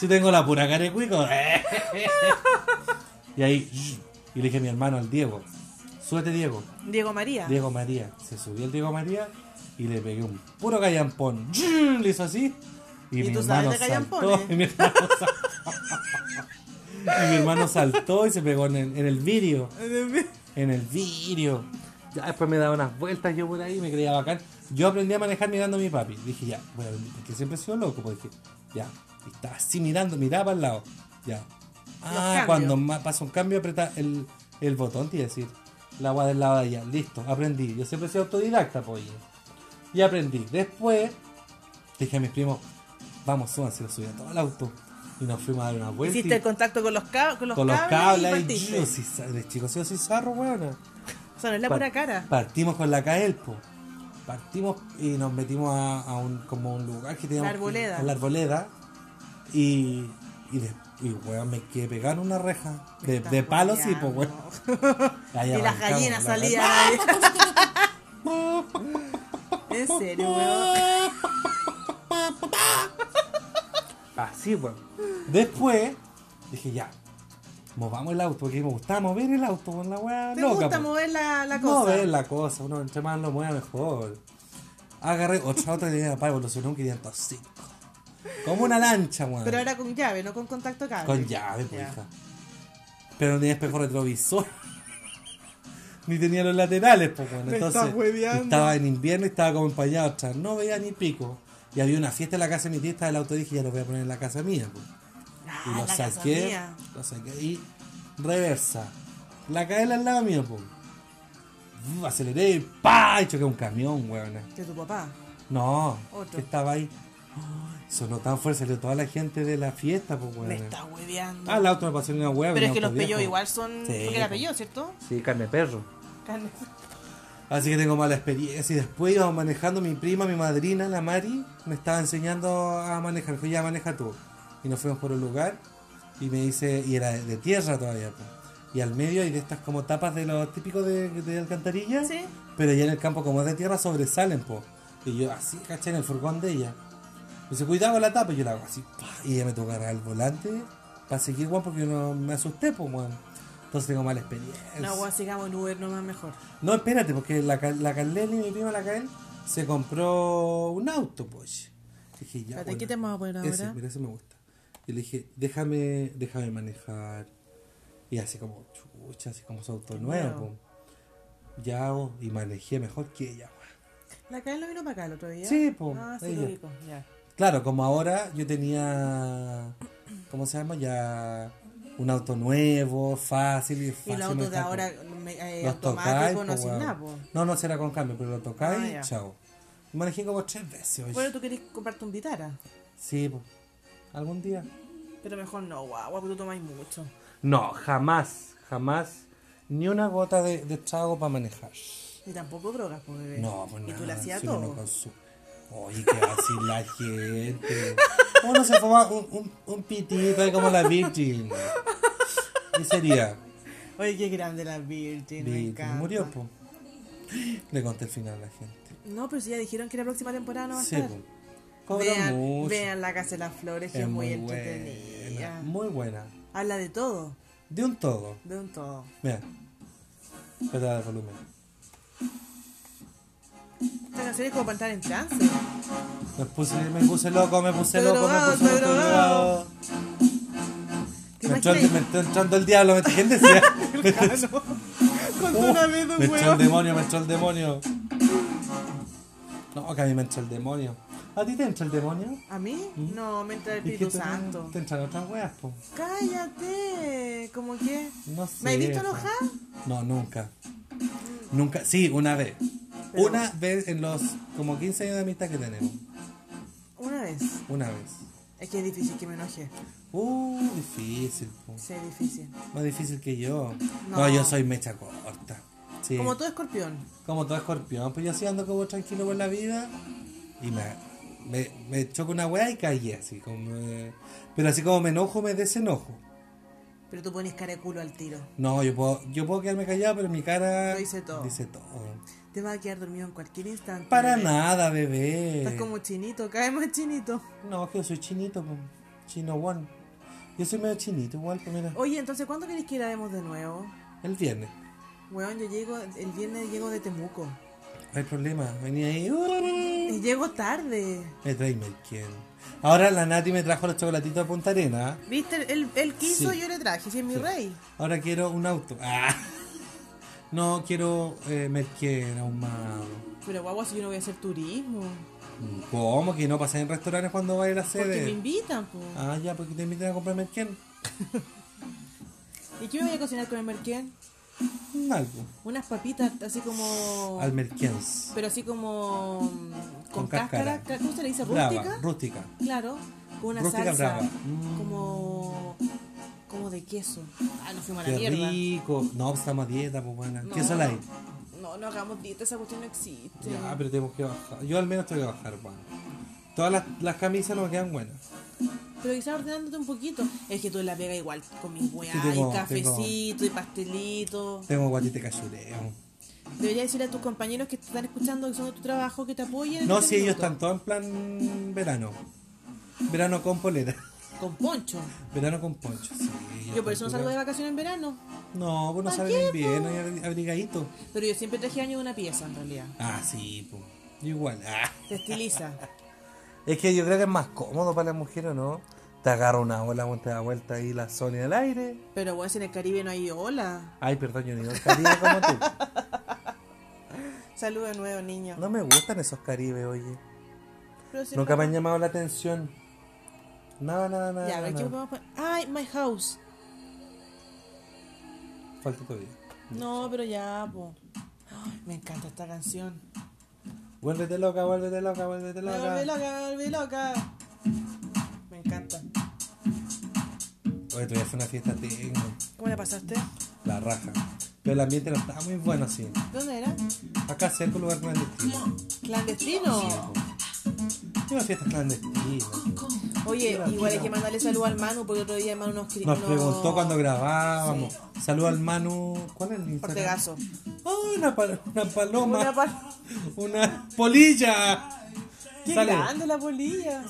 [SPEAKER 2] si tengo la pura cara de cuico. y ahí. Y le dije a mi hermano, al Diego. Súbete, Diego.
[SPEAKER 1] Diego María.
[SPEAKER 2] Diego María. Se subió el Diego María y le pegué un puro gallampón. ¡Yum! Le hizo así. Y,
[SPEAKER 1] ¿Y
[SPEAKER 2] mi
[SPEAKER 1] tú
[SPEAKER 2] hermano
[SPEAKER 1] sabes de
[SPEAKER 2] saltó.
[SPEAKER 1] gallampones?
[SPEAKER 2] Y mi hermano, sal- y mi hermano saltó y se pegó en el, en el vidrio. En el vidrio. Ya después me daba unas vueltas yo por ahí me creía bacán. Yo aprendí a manejar mirando a mi papi. Dije, ya, bueno, porque siempre he sido loco. Porque dije, ya, y estaba así mirando, miraba para el lado. Ya. Ah,
[SPEAKER 1] cambios.
[SPEAKER 2] cuando ma- pasa un cambio, aprieta el, el botón, te iba a decir. La agua del lado de allá. Listo, aprendí. Yo siempre he sido autodidacta, pues. Y aprendí. Después, dije a mis primos, vamos, súbanse, lo subí a todo el auto. Y nos fuimos a dar una vuelta.
[SPEAKER 1] Hiciste
[SPEAKER 2] y-
[SPEAKER 1] el contacto con los, cab- con los
[SPEAKER 2] con los
[SPEAKER 1] cables,
[SPEAKER 2] cables
[SPEAKER 1] y
[SPEAKER 2] y
[SPEAKER 1] partiste.
[SPEAKER 2] yo, si- de chicos, sí, cizarro, weón.
[SPEAKER 1] O sea, no es la
[SPEAKER 2] Par-
[SPEAKER 1] pura cara.
[SPEAKER 2] Partimos con la Caelpo. Partimos y nos metimos a, a un, como un lugar que teníamos.
[SPEAKER 1] La Arboleda.
[SPEAKER 2] a la arboleda. Y, y, de- y, weón, me quedé pegado en una reja. De, de palos y pues weón. Ahí
[SPEAKER 1] Y las
[SPEAKER 2] arrancamos,
[SPEAKER 1] gallinas
[SPEAKER 2] la-
[SPEAKER 1] salían. ahí. en serio, weón.
[SPEAKER 2] Así, Ah, weón. Después, dije ya. Movamos el auto, porque me gustaba mover el auto con la weá
[SPEAKER 1] Te
[SPEAKER 2] loca.
[SPEAKER 1] gusta
[SPEAKER 2] po.
[SPEAKER 1] mover la, la cosa.
[SPEAKER 2] Mover la cosa, uno entre más lo mueve mejor. Agarré otra otra y le dije, papá, evolucionó un 505. Como una lancha, weón.
[SPEAKER 1] Pero era con llave, no con contacto cable.
[SPEAKER 2] Con llave, pues,
[SPEAKER 1] Ya.
[SPEAKER 2] hija. Pero no tenía espejo retrovisor. ni tenía los laterales, pues, bueno.
[SPEAKER 1] Me
[SPEAKER 2] Entonces,
[SPEAKER 1] estás hueveando.
[SPEAKER 2] estaba en invierno y estaba como empañado atrás. No veía ni pico. Y había una fiesta en la casa de mi tía, estaba el auto y dije, ya lo voy a poner en la casa mía, pues.
[SPEAKER 1] Ah,
[SPEAKER 2] Y lo
[SPEAKER 1] la casa
[SPEAKER 2] saqué,
[SPEAKER 1] mía.
[SPEAKER 2] lo saqué y reversa. La cadena al lado mío, pum. Uf, Aceleré y pa y choqué un camión, weón.
[SPEAKER 1] De tu papá.
[SPEAKER 2] No,
[SPEAKER 1] Otro.
[SPEAKER 2] que estaba ahí. Ay, Sonó tan fuerte, salió toda la gente de la fiesta, pues
[SPEAKER 1] Me
[SPEAKER 2] weón.
[SPEAKER 1] estás hueveando.
[SPEAKER 2] Ah, el auto me pasó ni una
[SPEAKER 1] Pero
[SPEAKER 2] hueá. venía
[SPEAKER 1] es que
[SPEAKER 2] auto
[SPEAKER 1] los pelló
[SPEAKER 2] viejo.
[SPEAKER 1] igual son.
[SPEAKER 2] Sí,
[SPEAKER 1] Porque era
[SPEAKER 2] pues.
[SPEAKER 1] pelló, ¿cierto?
[SPEAKER 2] Sí, carne de perro.
[SPEAKER 1] Carne-
[SPEAKER 2] Así que tengo mala experiencia. Y después íbamos manejando mi prima, mi madrina, la Mari, me estaba enseñando a manejar. Me dijo, ya maneja tú. Y nos fuimos por un lugar y me dice, y era de, de tierra todavía. po. Y al medio hay de estas como tapas de los típicos de, de alcantarilla.
[SPEAKER 1] Sí.
[SPEAKER 2] Pero ya en el campo, como es de tierra, sobresalen, po. Y yo así caché en el furgón de ella. Me dice, cuidado con la tapa. Y yo la hago así, pa. Y ella me toca agarrar el volante para seguir, weón, porque yo no me asusté, pues, weón. Entonces tengo mala experiencia.
[SPEAKER 1] No, weón, sigamos en Uber nomás mejor.
[SPEAKER 2] No, espérate, porque la, Car- la Carleli, mi prima la Carl, se compró un auto, pues. Dije, ya.
[SPEAKER 1] Espérate,
[SPEAKER 2] bueno,
[SPEAKER 1] ¿qué te vamos a poner
[SPEAKER 2] ese,
[SPEAKER 1] ahora?
[SPEAKER 2] mira, ese me gusta. Y le dije, déjame, déjame manejar. Y así como, chucha, así como su auto nuevo,
[SPEAKER 1] nuevo.
[SPEAKER 2] po. Ya, oh, y manejé mejor que ella, pues. weón.
[SPEAKER 1] La Karen lo vino para acá el otro día.
[SPEAKER 2] Sí, po,
[SPEAKER 1] Ah, sí,
[SPEAKER 2] ella.
[SPEAKER 1] lo ubico, ya.
[SPEAKER 2] Claro, como ahora yo tenía, ¿cómo se llama? Ya un auto nuevo, fácil y
[SPEAKER 1] Y los
[SPEAKER 2] fácil. me
[SPEAKER 1] autos de
[SPEAKER 2] está-
[SPEAKER 1] ahora me- eh,
[SPEAKER 2] Los tocáis,
[SPEAKER 1] automáticos no
[SPEAKER 2] po,
[SPEAKER 1] hacen
[SPEAKER 2] weón.
[SPEAKER 1] nada, po.
[SPEAKER 2] No, no será con cambio, pero lo tocáis
[SPEAKER 1] Ah,
[SPEAKER 2] y
[SPEAKER 1] ya.
[SPEAKER 2] chao. Manejé como tres veces hoy.
[SPEAKER 1] Bueno, tú querés comprarte un Vitara,
[SPEAKER 2] Sí, po. algún día.
[SPEAKER 1] pero mejor no, guau, porque tú tomáis mucho.
[SPEAKER 2] No, jamás, jamás. Ni una gota de, de trago para manejar.
[SPEAKER 1] Y tampoco drogas, pues bebé.
[SPEAKER 2] No, pues
[SPEAKER 1] Y
[SPEAKER 2] nada.
[SPEAKER 1] tú le hacías
[SPEAKER 2] si uno no
[SPEAKER 1] todo.
[SPEAKER 2] consume. Oye, qué así la gente. Uno se fuma un, un, un pitito ahí como la Virgin. ¿Qué sería?
[SPEAKER 1] Oye, qué grande la Virgin, me
[SPEAKER 2] Virgin.
[SPEAKER 1] encanta.
[SPEAKER 2] Murió, po. Le conté el final a la gente.
[SPEAKER 1] No, pero si ya dijeron que la próxima temporada no va a
[SPEAKER 2] Sí,
[SPEAKER 1] estar.
[SPEAKER 2] po. Cobra
[SPEAKER 1] Vean,
[SPEAKER 2] mucho.
[SPEAKER 1] vean la Casa de las Flores, que es, muy, entretenida.
[SPEAKER 2] buena, muy buena.
[SPEAKER 1] Habla de todo,
[SPEAKER 2] De un todo.
[SPEAKER 1] de un todo.
[SPEAKER 2] Mira. Espera el volumen.
[SPEAKER 1] Esta canción es como para entrar en trance.
[SPEAKER 2] Me puse, me puse loco, me puse
[SPEAKER 1] Estoy
[SPEAKER 2] loco, me
[SPEAKER 1] drogado,
[SPEAKER 2] puse
[SPEAKER 1] estoy
[SPEAKER 2] loco,
[SPEAKER 1] drogado.
[SPEAKER 2] drogado.
[SPEAKER 1] ¿Te
[SPEAKER 2] Me entró, el- me
[SPEAKER 1] imaginas?
[SPEAKER 2] entró entrando el diablo. ¿me- ¿Quién decía?
[SPEAKER 1] Claro. Contó una vez
[SPEAKER 2] me
[SPEAKER 1] un
[SPEAKER 2] entró el
[SPEAKER 1] huevo.
[SPEAKER 2] demonio, me entró el demonio. No, que a mí me entró el demonio. ¿A ti te entra el demonio?
[SPEAKER 1] ¿A mí? No, me entra el
[SPEAKER 2] ¿Y qué
[SPEAKER 1] Espíritu
[SPEAKER 2] te-
[SPEAKER 1] Santo.
[SPEAKER 2] Te entran otras weas, po.
[SPEAKER 1] Cállate, ¿cómo que?
[SPEAKER 2] No sé.
[SPEAKER 1] ¿Me has visto
[SPEAKER 2] po.
[SPEAKER 1] enojada?
[SPEAKER 2] No, nunca. Nunca, sí, una vez.
[SPEAKER 1] Pero-
[SPEAKER 2] Una vez en los como 15 años de amistad que tenemos.
[SPEAKER 1] Una vez.
[SPEAKER 2] Una vez.
[SPEAKER 1] Es que es difícil que me enoje.
[SPEAKER 2] Uh, difícil, po.
[SPEAKER 1] Sí, es difícil.
[SPEAKER 2] Más difícil que yo. No,
[SPEAKER 1] No.
[SPEAKER 2] yo soy mecha corta. Sí.
[SPEAKER 1] Como todo escorpión.
[SPEAKER 2] Como todo escorpión, pues yo así ando como tranquilo por la vida y me, me, me choco una weá y caí así. Como, eh, pero así como me enojo, me desenojo.
[SPEAKER 1] Pero tú pones cara de culo al tiro.
[SPEAKER 2] No, yo puedo, yo puedo quedarme callado, pero mi cara.
[SPEAKER 1] Lo dice todo.
[SPEAKER 2] Dice todo.
[SPEAKER 1] Te vas a quedar dormido en cualquier instante.
[SPEAKER 2] Para
[SPEAKER 1] bebé.
[SPEAKER 2] nada, bebé.
[SPEAKER 1] Estás como chinito, cae más chinito.
[SPEAKER 2] No, que yo soy chinito, po. chino one. Yo soy medio chinito igual, pues mira.
[SPEAKER 1] Oye, entonces, ¿cuándo querés que grabemos de nuevo?
[SPEAKER 2] El viernes.
[SPEAKER 1] Weón, yo llego, el viernes llego de Temuco.
[SPEAKER 2] No hay problema. Venía ahí.
[SPEAKER 1] Y llego tarde.
[SPEAKER 2] Me traíme el quién. Ahora la Nati me trajo los chocolatitos de Punta Arena.
[SPEAKER 1] ¿Viste? Él, él quiso,
[SPEAKER 2] Sí.
[SPEAKER 1] yo le traje, si es mi rey.
[SPEAKER 2] Ahora quiero un auto. Ah. No, quiero eh, merquén ahumado.
[SPEAKER 1] Pero guagua, si yo no voy a hacer turismo.
[SPEAKER 2] ¿Cómo que no pasé en restaurantes cuando vaya a la
[SPEAKER 1] Porque me
[SPEAKER 2] sede?
[SPEAKER 1] invitan, pues.
[SPEAKER 2] Ah, ya, porque te invitan a comprar merquén.
[SPEAKER 1] ¿Y qué me voy a cocinar con el merquén?
[SPEAKER 2] Un Algo.
[SPEAKER 1] Unas papitas así como.
[SPEAKER 2] Al merquéns.
[SPEAKER 1] Pero así como. mm, Con,
[SPEAKER 2] Con
[SPEAKER 1] cáscara. ca-
[SPEAKER 2] cáscara.
[SPEAKER 1] ¿Cómo se le dice?
[SPEAKER 2] Brava,
[SPEAKER 1] Rústica.
[SPEAKER 2] rústica.
[SPEAKER 1] claro. Con una
[SPEAKER 2] Rústica
[SPEAKER 1] salsa.
[SPEAKER 2] brava.
[SPEAKER 1] Como. Como de queso. Ah, nos fuimos a la
[SPEAKER 2] Qué
[SPEAKER 1] mierda.
[SPEAKER 2] rico. No, pues, estamos a dieta, pues buena.
[SPEAKER 1] No,
[SPEAKER 2] ¿Qué sol hay?
[SPEAKER 1] No, no hagamos dieta, esa cuestión no existe.
[SPEAKER 2] Ya, pero tenemos que bajar. Yo al menos tengo que bajar, bueno. Todas las, las camisas no me quedan buenas.
[SPEAKER 1] Pero quizás ordenándote un poquito. Es que tú en la pega igual con mi weá
[SPEAKER 2] que tengo-
[SPEAKER 1] y cafecito y pastelito.
[SPEAKER 2] Tengo guatite cachureo.
[SPEAKER 1] Deberías decirle a tus compañeros que te están escuchando, que son de tu trabajo, que te apoyen. en
[SPEAKER 2] No,
[SPEAKER 1] este
[SPEAKER 2] si ellos
[SPEAKER 1] minuto.
[SPEAKER 2] están todos en plan verano. Verano con polera.
[SPEAKER 1] Con poncho.
[SPEAKER 2] Verano con poncho. sí,
[SPEAKER 1] Yo por eso no
[SPEAKER 2] están
[SPEAKER 1] salgo de
[SPEAKER 2] pura-
[SPEAKER 1] vacaciones en verano.
[SPEAKER 2] No, pues no
[SPEAKER 1] ¿Pa
[SPEAKER 2] salen
[SPEAKER 1] qué,
[SPEAKER 2] en invierno y abri- abrigadito.
[SPEAKER 1] Pero yo siempre traje año de una pieza en realidad.
[SPEAKER 2] Ah, sí, pues. Igual. Ah.
[SPEAKER 1] Se estiliza.
[SPEAKER 2] Es que yo creo que es más cómodo para las mujeres, ¿no? Te agarra una ola, weón, te da vuelta ahí la zona en el aire.
[SPEAKER 1] Pero bueno, si en el Caribe no hay ola.
[SPEAKER 2] Ay, perdón, yo ni veo el Caribe como tú.
[SPEAKER 1] Salud de nuevo, niño.
[SPEAKER 2] No me gustan esos Caribes, oye.
[SPEAKER 1] Pero si
[SPEAKER 2] Nunca
[SPEAKER 1] no-
[SPEAKER 2] me han llamado la atención. Nada, nada, nada.
[SPEAKER 1] Ya, a ver, ¿qué
[SPEAKER 2] nada.
[SPEAKER 1] podemos poner? Ay, My House.
[SPEAKER 2] Falta todavía.
[SPEAKER 1] No, pero ya, po. Ay, me encanta esta canción.
[SPEAKER 2] Vuélvete loca, vuélvete loca, vuélvete
[SPEAKER 1] Me volví
[SPEAKER 2] loca.
[SPEAKER 1] loca, me volví loca. Me encanta.
[SPEAKER 2] Oye, tú hacer una fiesta tengo.
[SPEAKER 1] ¿Cómo la pasaste?
[SPEAKER 2] La raja. Pero el ambiente no estaba muy bueno, sí.
[SPEAKER 1] ¿Dónde era?
[SPEAKER 2] Acá cerca un lugar clandestino.
[SPEAKER 1] Clandestino.
[SPEAKER 2] Es una fiesta clandestina.
[SPEAKER 1] Oye, igual hay que mandarle salud al Manu porque otro día el Manu nos, cri-
[SPEAKER 2] Nos
[SPEAKER 1] nos-
[SPEAKER 2] preguntó cuando grabábamos. Saludo al Manu. ¿Cuál es el Instagram?
[SPEAKER 1] Ortegazo.
[SPEAKER 2] Oh, una, pal- una paloma.
[SPEAKER 1] Una
[SPEAKER 2] Una,
[SPEAKER 1] pa-
[SPEAKER 2] polilla.
[SPEAKER 1] ¡Qué
[SPEAKER 2] Sale.
[SPEAKER 1] grande la polilla!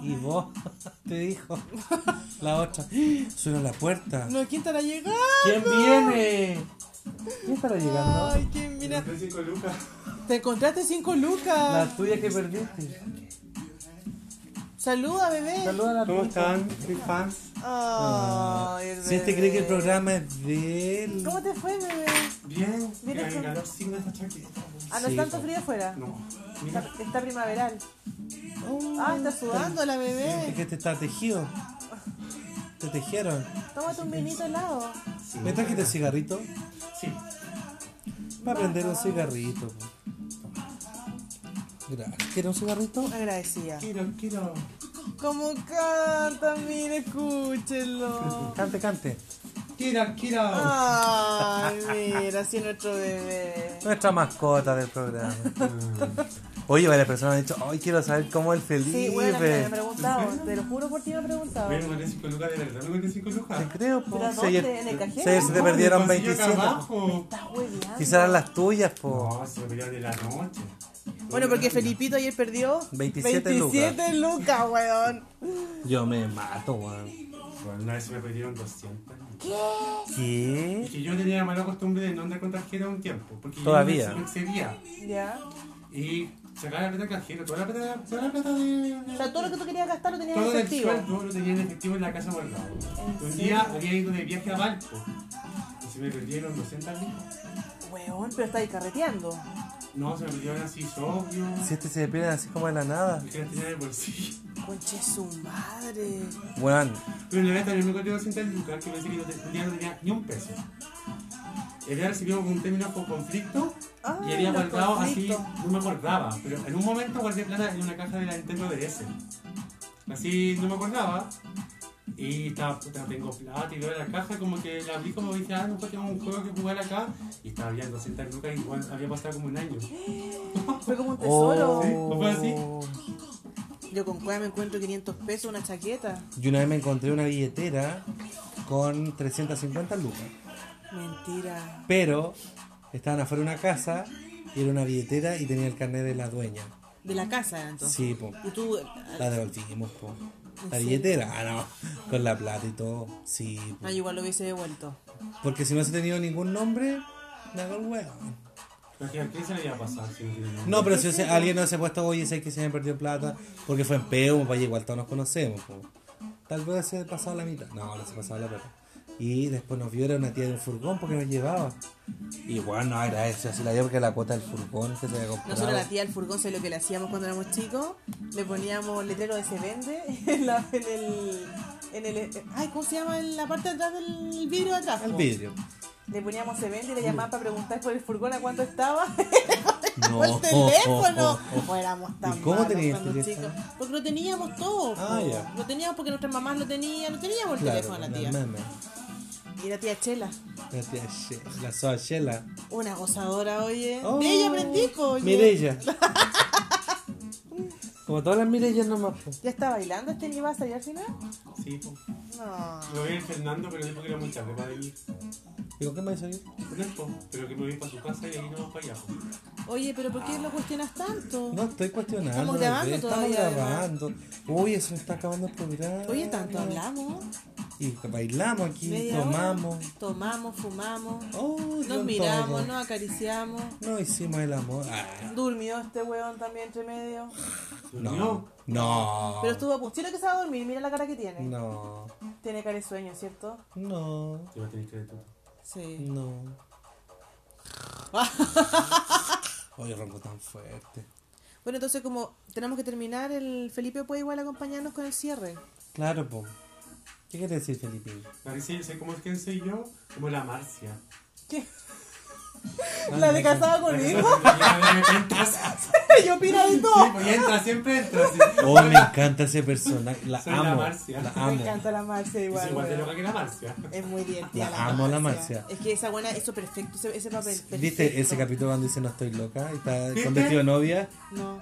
[SPEAKER 2] Y vos, te dijo la otra. Suena la puerta.
[SPEAKER 1] No, ¿quién estará llegando?
[SPEAKER 2] ¿Quién viene? ¿Quién estará llegando?
[SPEAKER 1] Ay, ¿quién mira? Te encontraste cinco lucas.
[SPEAKER 2] La tuya que perdiste.
[SPEAKER 1] Saluda, bebé.
[SPEAKER 2] Saluda a la
[SPEAKER 4] ¿Cómo
[SPEAKER 2] tuya.
[SPEAKER 4] están, mis fans?
[SPEAKER 1] Ay, el
[SPEAKER 2] Si este
[SPEAKER 1] bebé.
[SPEAKER 2] cree que el programa es de él.
[SPEAKER 1] ¿Cómo te fue, bebé?
[SPEAKER 4] Bien,
[SPEAKER 1] Bien
[SPEAKER 4] que
[SPEAKER 1] hecho.
[SPEAKER 4] el calor sin esta chaqueta.
[SPEAKER 1] ¿Ah, no
[SPEAKER 2] Sí,
[SPEAKER 1] es tanto
[SPEAKER 2] po.
[SPEAKER 1] frío afuera?
[SPEAKER 4] No,
[SPEAKER 1] Está,
[SPEAKER 4] mira,
[SPEAKER 1] está primaveral.
[SPEAKER 2] Oh,
[SPEAKER 1] Ah, está sudando la
[SPEAKER 2] Es
[SPEAKER 1] bebé.
[SPEAKER 2] que te está tejido. Te tejieron.
[SPEAKER 1] Tómate un vinito helado.
[SPEAKER 4] sí,
[SPEAKER 2] ¿Me trajiste cigarrito?
[SPEAKER 4] Sí,
[SPEAKER 2] Para prender un cigarrito. po. Gracias. ¿Quieres un cigarrito?
[SPEAKER 1] Agradecida.
[SPEAKER 4] quiero, quiero.
[SPEAKER 1] Como canta, mire, escúchenlo.
[SPEAKER 2] Cante, cante.
[SPEAKER 4] Quiero, quiero.
[SPEAKER 1] Ah. Ay, mira, así nuestro bebé.
[SPEAKER 2] Nuestra mascota del programa.
[SPEAKER 4] Mm.
[SPEAKER 2] Oye, varias personas han dicho, ay, quiero saber cómo eh". el Felipe.
[SPEAKER 1] Sí, bueno, me han preguntado. Te lo juro por ti me han preguntado.
[SPEAKER 4] Bueno, me 5 lucas de verdad, me 5
[SPEAKER 2] Te
[SPEAKER 4] lucas.
[SPEAKER 2] creo, po.
[SPEAKER 1] ¿Pero
[SPEAKER 2] Si
[SPEAKER 1] dónde?
[SPEAKER 2] ayer-
[SPEAKER 1] ¿En el cajero?
[SPEAKER 2] si ayer se te
[SPEAKER 4] No,
[SPEAKER 2] perdieron
[SPEAKER 4] me consiguió
[SPEAKER 2] 27.
[SPEAKER 4] acá abajo.
[SPEAKER 1] Estás hueveando.
[SPEAKER 2] Quizás eran las tuyas, po.
[SPEAKER 4] No, se me perdieron de la noche.
[SPEAKER 1] Bueno, porque Felipito ayer perdió
[SPEAKER 2] 27 lucas.
[SPEAKER 1] 27 lucas, weón.
[SPEAKER 2] Yo me mato, weón.
[SPEAKER 4] Bueno, una vez se me perdieron 200. Es
[SPEAKER 2] ¿Qué?
[SPEAKER 4] que yo tenía la mala costumbre de no andar con tarjeta un tiempo. Porque
[SPEAKER 2] Todavía.
[SPEAKER 4] Yo me- me excedía.
[SPEAKER 1] Ya.
[SPEAKER 4] Y sacaba la plata del cajero, toda la plata, toda la plata de.
[SPEAKER 1] O sea, todo lo que tú querías gastar lo tenías en
[SPEAKER 4] Todo el
[SPEAKER 1] efectivo.
[SPEAKER 4] sueldo lo tenía en efectivo en la casa guardado. Un día había ido de viaje a Valpo. Y se me perdieron 200 lucas.
[SPEAKER 1] Weón, pero estáis carreteando.
[SPEAKER 4] No, se me perdieron así, sobrio.
[SPEAKER 2] Si este se pierden así como de la nada.
[SPEAKER 4] Me quedan en el bolsillo.
[SPEAKER 1] Conche su madre.
[SPEAKER 2] Weón,
[SPEAKER 4] Pero una vez también me encontré 200 lucas que pensé que no te- un día no tenía ni un peso. El día recibió un término por conflicto
[SPEAKER 1] Ah,
[SPEAKER 4] y había
[SPEAKER 1] los
[SPEAKER 4] guardado así,
[SPEAKER 1] conflictos.
[SPEAKER 4] no me acordaba, pero en un momento guardé plata en una caja de la Nintendo DS. Así no me acordaba y estaba, puta, tengo plata y veo la caja, como que la abrí como dije, ah, no, pues tengo un juego que jugar acá y estaba bien 200 lucas y igual había pasado como un año.
[SPEAKER 1] Fue como un tesoro.
[SPEAKER 4] ¿Sí? ¿Fue así?
[SPEAKER 2] Oh.
[SPEAKER 1] Yo con cueva me encuentro 500 pesos, una chaqueta.
[SPEAKER 2] Yo una vez me encontré una billetera con 350 lucas.
[SPEAKER 1] Mentira.
[SPEAKER 2] Pero estaban afuera de una casa y era una billetera y tenía el carnet de la dueña.
[SPEAKER 1] De la casa, era entonces.
[SPEAKER 2] Sí, po.
[SPEAKER 1] Y tú. ah,
[SPEAKER 2] La devolvimos, po. La
[SPEAKER 1] ¿En serio?
[SPEAKER 2] billetera, ah, no. Con la plata y todo. Sí, po.
[SPEAKER 1] Ah, igual lo hubiese devuelto.
[SPEAKER 2] Porque si no hubiese tenido ningún nombre, me hago el huevo.
[SPEAKER 4] Pero que a quién se le había pasado si no tiene nombre?
[SPEAKER 2] No, pero si hubiese- alguien no se ha puesto, oye, sé que se me perdió plata, porque fue en peo, vaya, igual todos nos conocemos, po. Tal vez se ha pasado la mitad. No, no se ha pasado la plata. Y después nos vio, era una tía de un furgón porque nos llevaba. Y bueno, no agradece así la dio porque la cuota del furgón que se había comprado.
[SPEAKER 1] Nosotros a la tía del furgón, sé lo que le hacíamos cuando éramos chicos, le poníamos letrero de se vende en, la- en el... En el eh, ay, ¿cómo se llama? En la parte de atrás del vidrio de atrás.
[SPEAKER 2] El
[SPEAKER 1] po.
[SPEAKER 2] vidrio.
[SPEAKER 1] Le poníamos se vende y le llamaban para preguntar por el furgón a cuánto estaba.
[SPEAKER 2] No. oh,
[SPEAKER 1] por el teléfono. O éramos tan
[SPEAKER 2] ¿Y cómo
[SPEAKER 1] malos
[SPEAKER 2] tenías
[SPEAKER 1] cuando
[SPEAKER 2] teléfono?
[SPEAKER 1] chicos. Porque lo teníamos todo. po.
[SPEAKER 2] Ah, ya.
[SPEAKER 1] Lo teníamos porque nuestras mamás lo tenían. Lo teníamos el
[SPEAKER 2] Claro,
[SPEAKER 1] teléfono de
[SPEAKER 2] la
[SPEAKER 1] la tía.
[SPEAKER 2] meme.
[SPEAKER 1] Y la tía Chela.
[SPEAKER 2] La tía She- la soa Shela.
[SPEAKER 1] Una gozadora, oye.
[SPEAKER 2] Oh,
[SPEAKER 1] de ella aprendí, po, oye.
[SPEAKER 2] Mirella. Como todas las Mirellas nomás. po.
[SPEAKER 1] ¿Ya está bailando este ni va a salir al final?
[SPEAKER 4] Sí, po.
[SPEAKER 1] No.
[SPEAKER 4] Lo vi en Fernando, pero dijo que era muy tarde para venir.
[SPEAKER 2] Digo, ¿qué me hizo yo?
[SPEAKER 4] Por eso, pero que me voy para su casa y ahí no vamos para allá. po.
[SPEAKER 1] Oye, pero ¿por qué lo cuestionas tanto?
[SPEAKER 2] No estoy cuestionando.
[SPEAKER 1] Estamos grabando
[SPEAKER 2] bebé, Estamos
[SPEAKER 1] todavía,
[SPEAKER 2] grabando. Uy, eso me está acabando el programa.
[SPEAKER 1] Oye, tanto hablamos.
[SPEAKER 2] Y bailamos aquí,
[SPEAKER 1] Media
[SPEAKER 2] tomamos.
[SPEAKER 1] hora, tomamos, fumamos,
[SPEAKER 2] Oh,
[SPEAKER 1] nos
[SPEAKER 2] Dios
[SPEAKER 1] miramos,
[SPEAKER 2] todo.
[SPEAKER 1] nos acariciamos.
[SPEAKER 2] No hicimos el amor. Ah,
[SPEAKER 1] Durmió este weón también entre medio.
[SPEAKER 2] no. No.
[SPEAKER 1] Pero estuvo a punto. Tiene que se va a dormir, mira la cara que tiene.
[SPEAKER 2] No.
[SPEAKER 1] Tiene cara de sueño, ¿cierto? Mm.
[SPEAKER 2] No.
[SPEAKER 4] Te lo tenés que ver tú.
[SPEAKER 1] Sí.
[SPEAKER 2] No. Oye, rompo tan fuerte.
[SPEAKER 1] Bueno, entonces como tenemos que terminar, el Felipe puede igual acompañarnos con el cierre.
[SPEAKER 2] Claro, po. ¿Qué quiere decir, Felipe?
[SPEAKER 4] Parece, sé cómo es que soy yo, como la Marcia.
[SPEAKER 1] ¿Qué?
[SPEAKER 2] Ah,
[SPEAKER 1] ¿La de casada
[SPEAKER 4] La que
[SPEAKER 1] conmigo?
[SPEAKER 4] de repente entra-
[SPEAKER 1] Yo opino de
[SPEAKER 4] Sí,
[SPEAKER 1] todo.
[SPEAKER 4] pues entra, siempre entra. sí.
[SPEAKER 2] Oh, me encanta ese personaje. La
[SPEAKER 4] Soy la
[SPEAKER 2] amo.
[SPEAKER 4] Marcia.
[SPEAKER 2] La
[SPEAKER 1] Me
[SPEAKER 2] amo.
[SPEAKER 1] encanta la Marcia
[SPEAKER 4] Es
[SPEAKER 1] igual.
[SPEAKER 4] igual de
[SPEAKER 1] weón.
[SPEAKER 4] loca que la Marcia.
[SPEAKER 1] Es muy divertida.
[SPEAKER 2] La amo, la Marcia.
[SPEAKER 1] Es que esa buena, eso perfecto, ese, ese papel. Perfecto.
[SPEAKER 2] ¿Viste ese capítulo cuando dice no estoy loca? Y está
[SPEAKER 4] ¿Viste?
[SPEAKER 2] con vestido de novia.
[SPEAKER 1] No.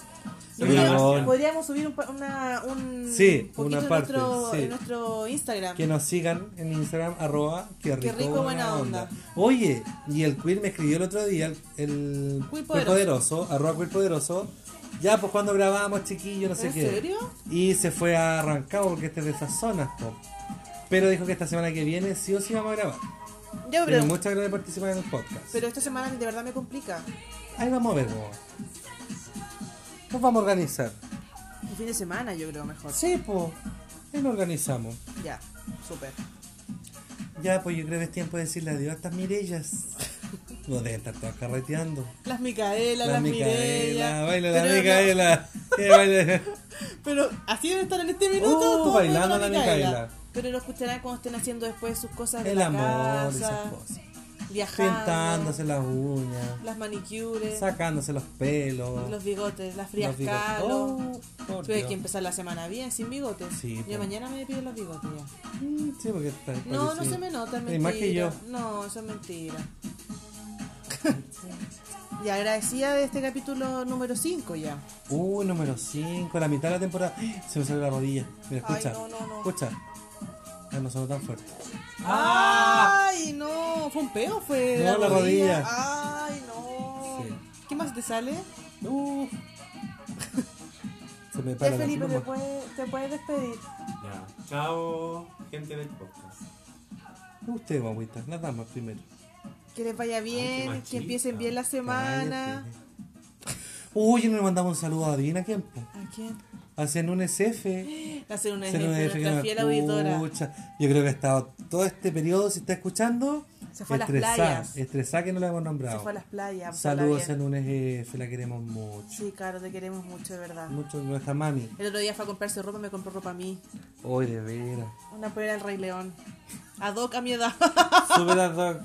[SPEAKER 4] Soy
[SPEAKER 1] Yo
[SPEAKER 4] la
[SPEAKER 1] creo-
[SPEAKER 2] Marcia.
[SPEAKER 1] podríamos subir un, pa- una, un
[SPEAKER 2] Sí,
[SPEAKER 1] poquito
[SPEAKER 2] una
[SPEAKER 1] en
[SPEAKER 2] parte,
[SPEAKER 1] nuestro,
[SPEAKER 2] sí.
[SPEAKER 1] en nuestro Instagram.
[SPEAKER 2] Que nos sigan en Instagram, arroba, qué rico,
[SPEAKER 1] rico, buena onda.
[SPEAKER 2] Oye, y el queer me escribió el otro día, el, el
[SPEAKER 1] Queer
[SPEAKER 2] Queer poderoso, arroba queer poderoso. Ya, pues cuando grabamos, chiquillo, no sé
[SPEAKER 1] ¿En
[SPEAKER 2] qué.
[SPEAKER 1] serio?
[SPEAKER 2] Y se fue a Rancagua porque este es de esas zonas, po. Pero dijo que esta semana que viene sí o sí vamos a grabar.
[SPEAKER 1] Ya,
[SPEAKER 2] Pero
[SPEAKER 1] pero,
[SPEAKER 2] muchas gracias por participar en el podcast.
[SPEAKER 1] pero esta semana de verdad me complica.
[SPEAKER 2] Ahí vamos a ver, po. Nos vamos a organizar.
[SPEAKER 1] El fin de semana yo creo mejor.
[SPEAKER 2] Sí, pues. Ahí nos organizamos.
[SPEAKER 1] Ya, súper.
[SPEAKER 2] Ya, pues yo creo que es tiempo de decirle adiós a estas mirellas. No deben estar todas carreteando.
[SPEAKER 1] Las Micaelas,
[SPEAKER 2] La
[SPEAKER 1] las
[SPEAKER 2] Micaela,
[SPEAKER 1] Mirellas.
[SPEAKER 2] baila la
[SPEAKER 1] Pero no,
[SPEAKER 2] Micaela. Que baile.
[SPEAKER 1] pero así deben estar en este minuto.
[SPEAKER 2] Uh,
[SPEAKER 1] todos con
[SPEAKER 2] bailando la Micaela.
[SPEAKER 1] Pero lo escucharán cuando estén haciendo después sus cosas de
[SPEAKER 2] El
[SPEAKER 1] la
[SPEAKER 2] amor,
[SPEAKER 1] casa,
[SPEAKER 2] esas cosas.
[SPEAKER 1] Viajando.
[SPEAKER 2] Pintándose las uñas,
[SPEAKER 1] Las manicures.
[SPEAKER 2] sacándose los pelos.
[SPEAKER 1] Los bigotes, las frías
[SPEAKER 2] los bigotes.
[SPEAKER 1] calos.
[SPEAKER 2] Oh, por
[SPEAKER 1] Tuve
[SPEAKER 2] Dios.
[SPEAKER 1] que empezar la semana bien, sin bigotes.
[SPEAKER 2] Sí,
[SPEAKER 1] yo
[SPEAKER 2] po.
[SPEAKER 1] mañana me pido los bigotes ya.
[SPEAKER 2] Mm, Sí, porque está.
[SPEAKER 1] No, no
[SPEAKER 2] parece-
[SPEAKER 1] se me nota, es
[SPEAKER 2] Eh,
[SPEAKER 1] mentira.
[SPEAKER 2] Más que yo.
[SPEAKER 1] No, eso es mentira. y agradecida de este capítulo número 5 ya.
[SPEAKER 2] Uh, número 5, la mitad de la temporada. ¡Ah! Se me salió la rodilla. Mira,
[SPEAKER 1] Ay,
[SPEAKER 2] escucha.
[SPEAKER 1] no, no, no.
[SPEAKER 2] Escucha. Ah, no sonó tan fuerte.
[SPEAKER 1] ¡Ay, no! ¿Fue un peo? ¿Fue
[SPEAKER 2] No, la rodilla.
[SPEAKER 1] ¡Ay, no!
[SPEAKER 2] Sí.
[SPEAKER 1] ¿Qué más te sale?
[SPEAKER 2] Uh. Se me
[SPEAKER 1] Ya,
[SPEAKER 2] para la
[SPEAKER 1] Eh, Felipe, te
[SPEAKER 2] pluma.
[SPEAKER 1] puedes, te puedes despedir.
[SPEAKER 4] Ya. Chao, gente del podcast.
[SPEAKER 2] Usted, mamita, las damas primero.
[SPEAKER 1] Que les vaya bien, que
[SPEAKER 4] machista.
[SPEAKER 1] empiecen bien la semana.
[SPEAKER 2] Cállate. Oye, no le mandamos un saludo a Adivina quién. po?
[SPEAKER 1] ¿A quién?
[SPEAKER 2] A Cenunes F.
[SPEAKER 1] Hacer una
[SPEAKER 2] Cenunes F que
[SPEAKER 1] nuestra
[SPEAKER 2] nos
[SPEAKER 1] fiel auditora.
[SPEAKER 2] escucha. Yo creo que ha estado todo este periodo, si está escuchando,
[SPEAKER 1] Se fue a las playas.
[SPEAKER 2] estresada que no la hemos
[SPEAKER 1] Se
[SPEAKER 2] nombrado.
[SPEAKER 1] fue a las playas.
[SPEAKER 2] Saludos a
[SPEAKER 1] pasarla bien.
[SPEAKER 2] Cenunes F, la queremos mucho.
[SPEAKER 1] Sí, claro, te queremos mucho, de verdad.
[SPEAKER 2] Mucho nuestra mami.
[SPEAKER 1] El otro día fue a comprarse ropa, me compró ropa a mí.
[SPEAKER 2] Hoy de veras.
[SPEAKER 1] Una polera del Rey León. Ad hoc a mi edad.
[SPEAKER 2] Súper ad hoc.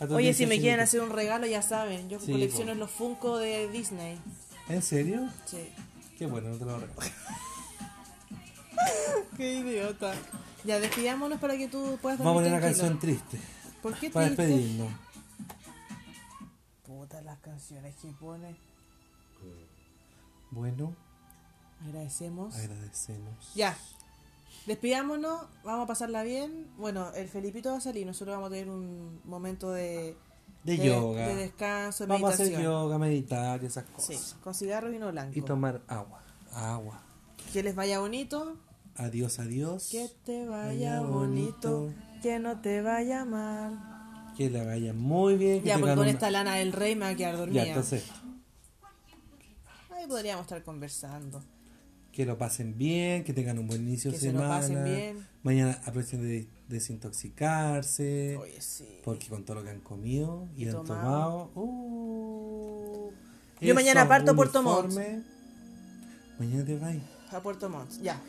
[SPEAKER 2] A tus
[SPEAKER 1] Oye, si me quieren
[SPEAKER 2] 18
[SPEAKER 1] hacer un regalo, ya saben. Yo
[SPEAKER 2] Sí,
[SPEAKER 1] colecciono
[SPEAKER 2] po.
[SPEAKER 1] los Funko de Disney.
[SPEAKER 2] ¿En serio?
[SPEAKER 1] Sí.
[SPEAKER 2] Qué bueno, no te lo regalo.
[SPEAKER 1] Qué idiota. Ya, despidámonos para que tú puedas
[SPEAKER 2] Vamos a
[SPEAKER 1] dormir
[SPEAKER 2] poner una
[SPEAKER 1] tranquilo.
[SPEAKER 2] canción triste.
[SPEAKER 1] ¿Por qué
[SPEAKER 2] Para
[SPEAKER 1] triste?
[SPEAKER 2] despedirnos.
[SPEAKER 1] Puta, las canciones que pone.
[SPEAKER 2] Bueno,
[SPEAKER 1] Agradecemos.
[SPEAKER 2] agradecemos.
[SPEAKER 1] Ya. Despidámonos, vamos a pasarla bien. Bueno, el Felipito va a salir, nosotros vamos a tener un momento de,
[SPEAKER 2] De yoga.
[SPEAKER 1] de descanso, de
[SPEAKER 2] Vamos a hacer
[SPEAKER 1] meditación.
[SPEAKER 2] yoga, meditar y esas
[SPEAKER 1] Sí,
[SPEAKER 2] cosas.
[SPEAKER 1] con cigarro y vino blanco.
[SPEAKER 2] Y tomar agua. Agua.
[SPEAKER 1] Que les vaya bonito.
[SPEAKER 2] Adiós, adiós.
[SPEAKER 1] Que te vaya bonito. Que no te vaya mal.
[SPEAKER 2] Que la vaya muy bien. que
[SPEAKER 1] Ya, porque
[SPEAKER 2] tengan
[SPEAKER 1] con
[SPEAKER 2] una-
[SPEAKER 1] esta lana del rey me va a quedar dormida.
[SPEAKER 2] Ya, entonces,
[SPEAKER 1] Ahí podríamos estar conversando.
[SPEAKER 2] que lo pasen bien, que tengan un buen inicio
[SPEAKER 1] Que
[SPEAKER 2] de
[SPEAKER 1] se lo
[SPEAKER 2] semana.
[SPEAKER 1] pasen bien.
[SPEAKER 2] Mañana aprovechen de desintoxicarse.
[SPEAKER 1] Oye, sí.
[SPEAKER 2] Porque con todo lo que han comido y,
[SPEAKER 1] Y
[SPEAKER 2] han
[SPEAKER 1] tomado.
[SPEAKER 2] tomado. uh,
[SPEAKER 1] Yo mañana parto a Puerto Montt.
[SPEAKER 2] uniforme. Mañana te vas.
[SPEAKER 1] A Puerto Montt. Ya.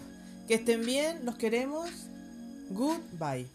[SPEAKER 1] Que estén bien, los queremos. Goodbye.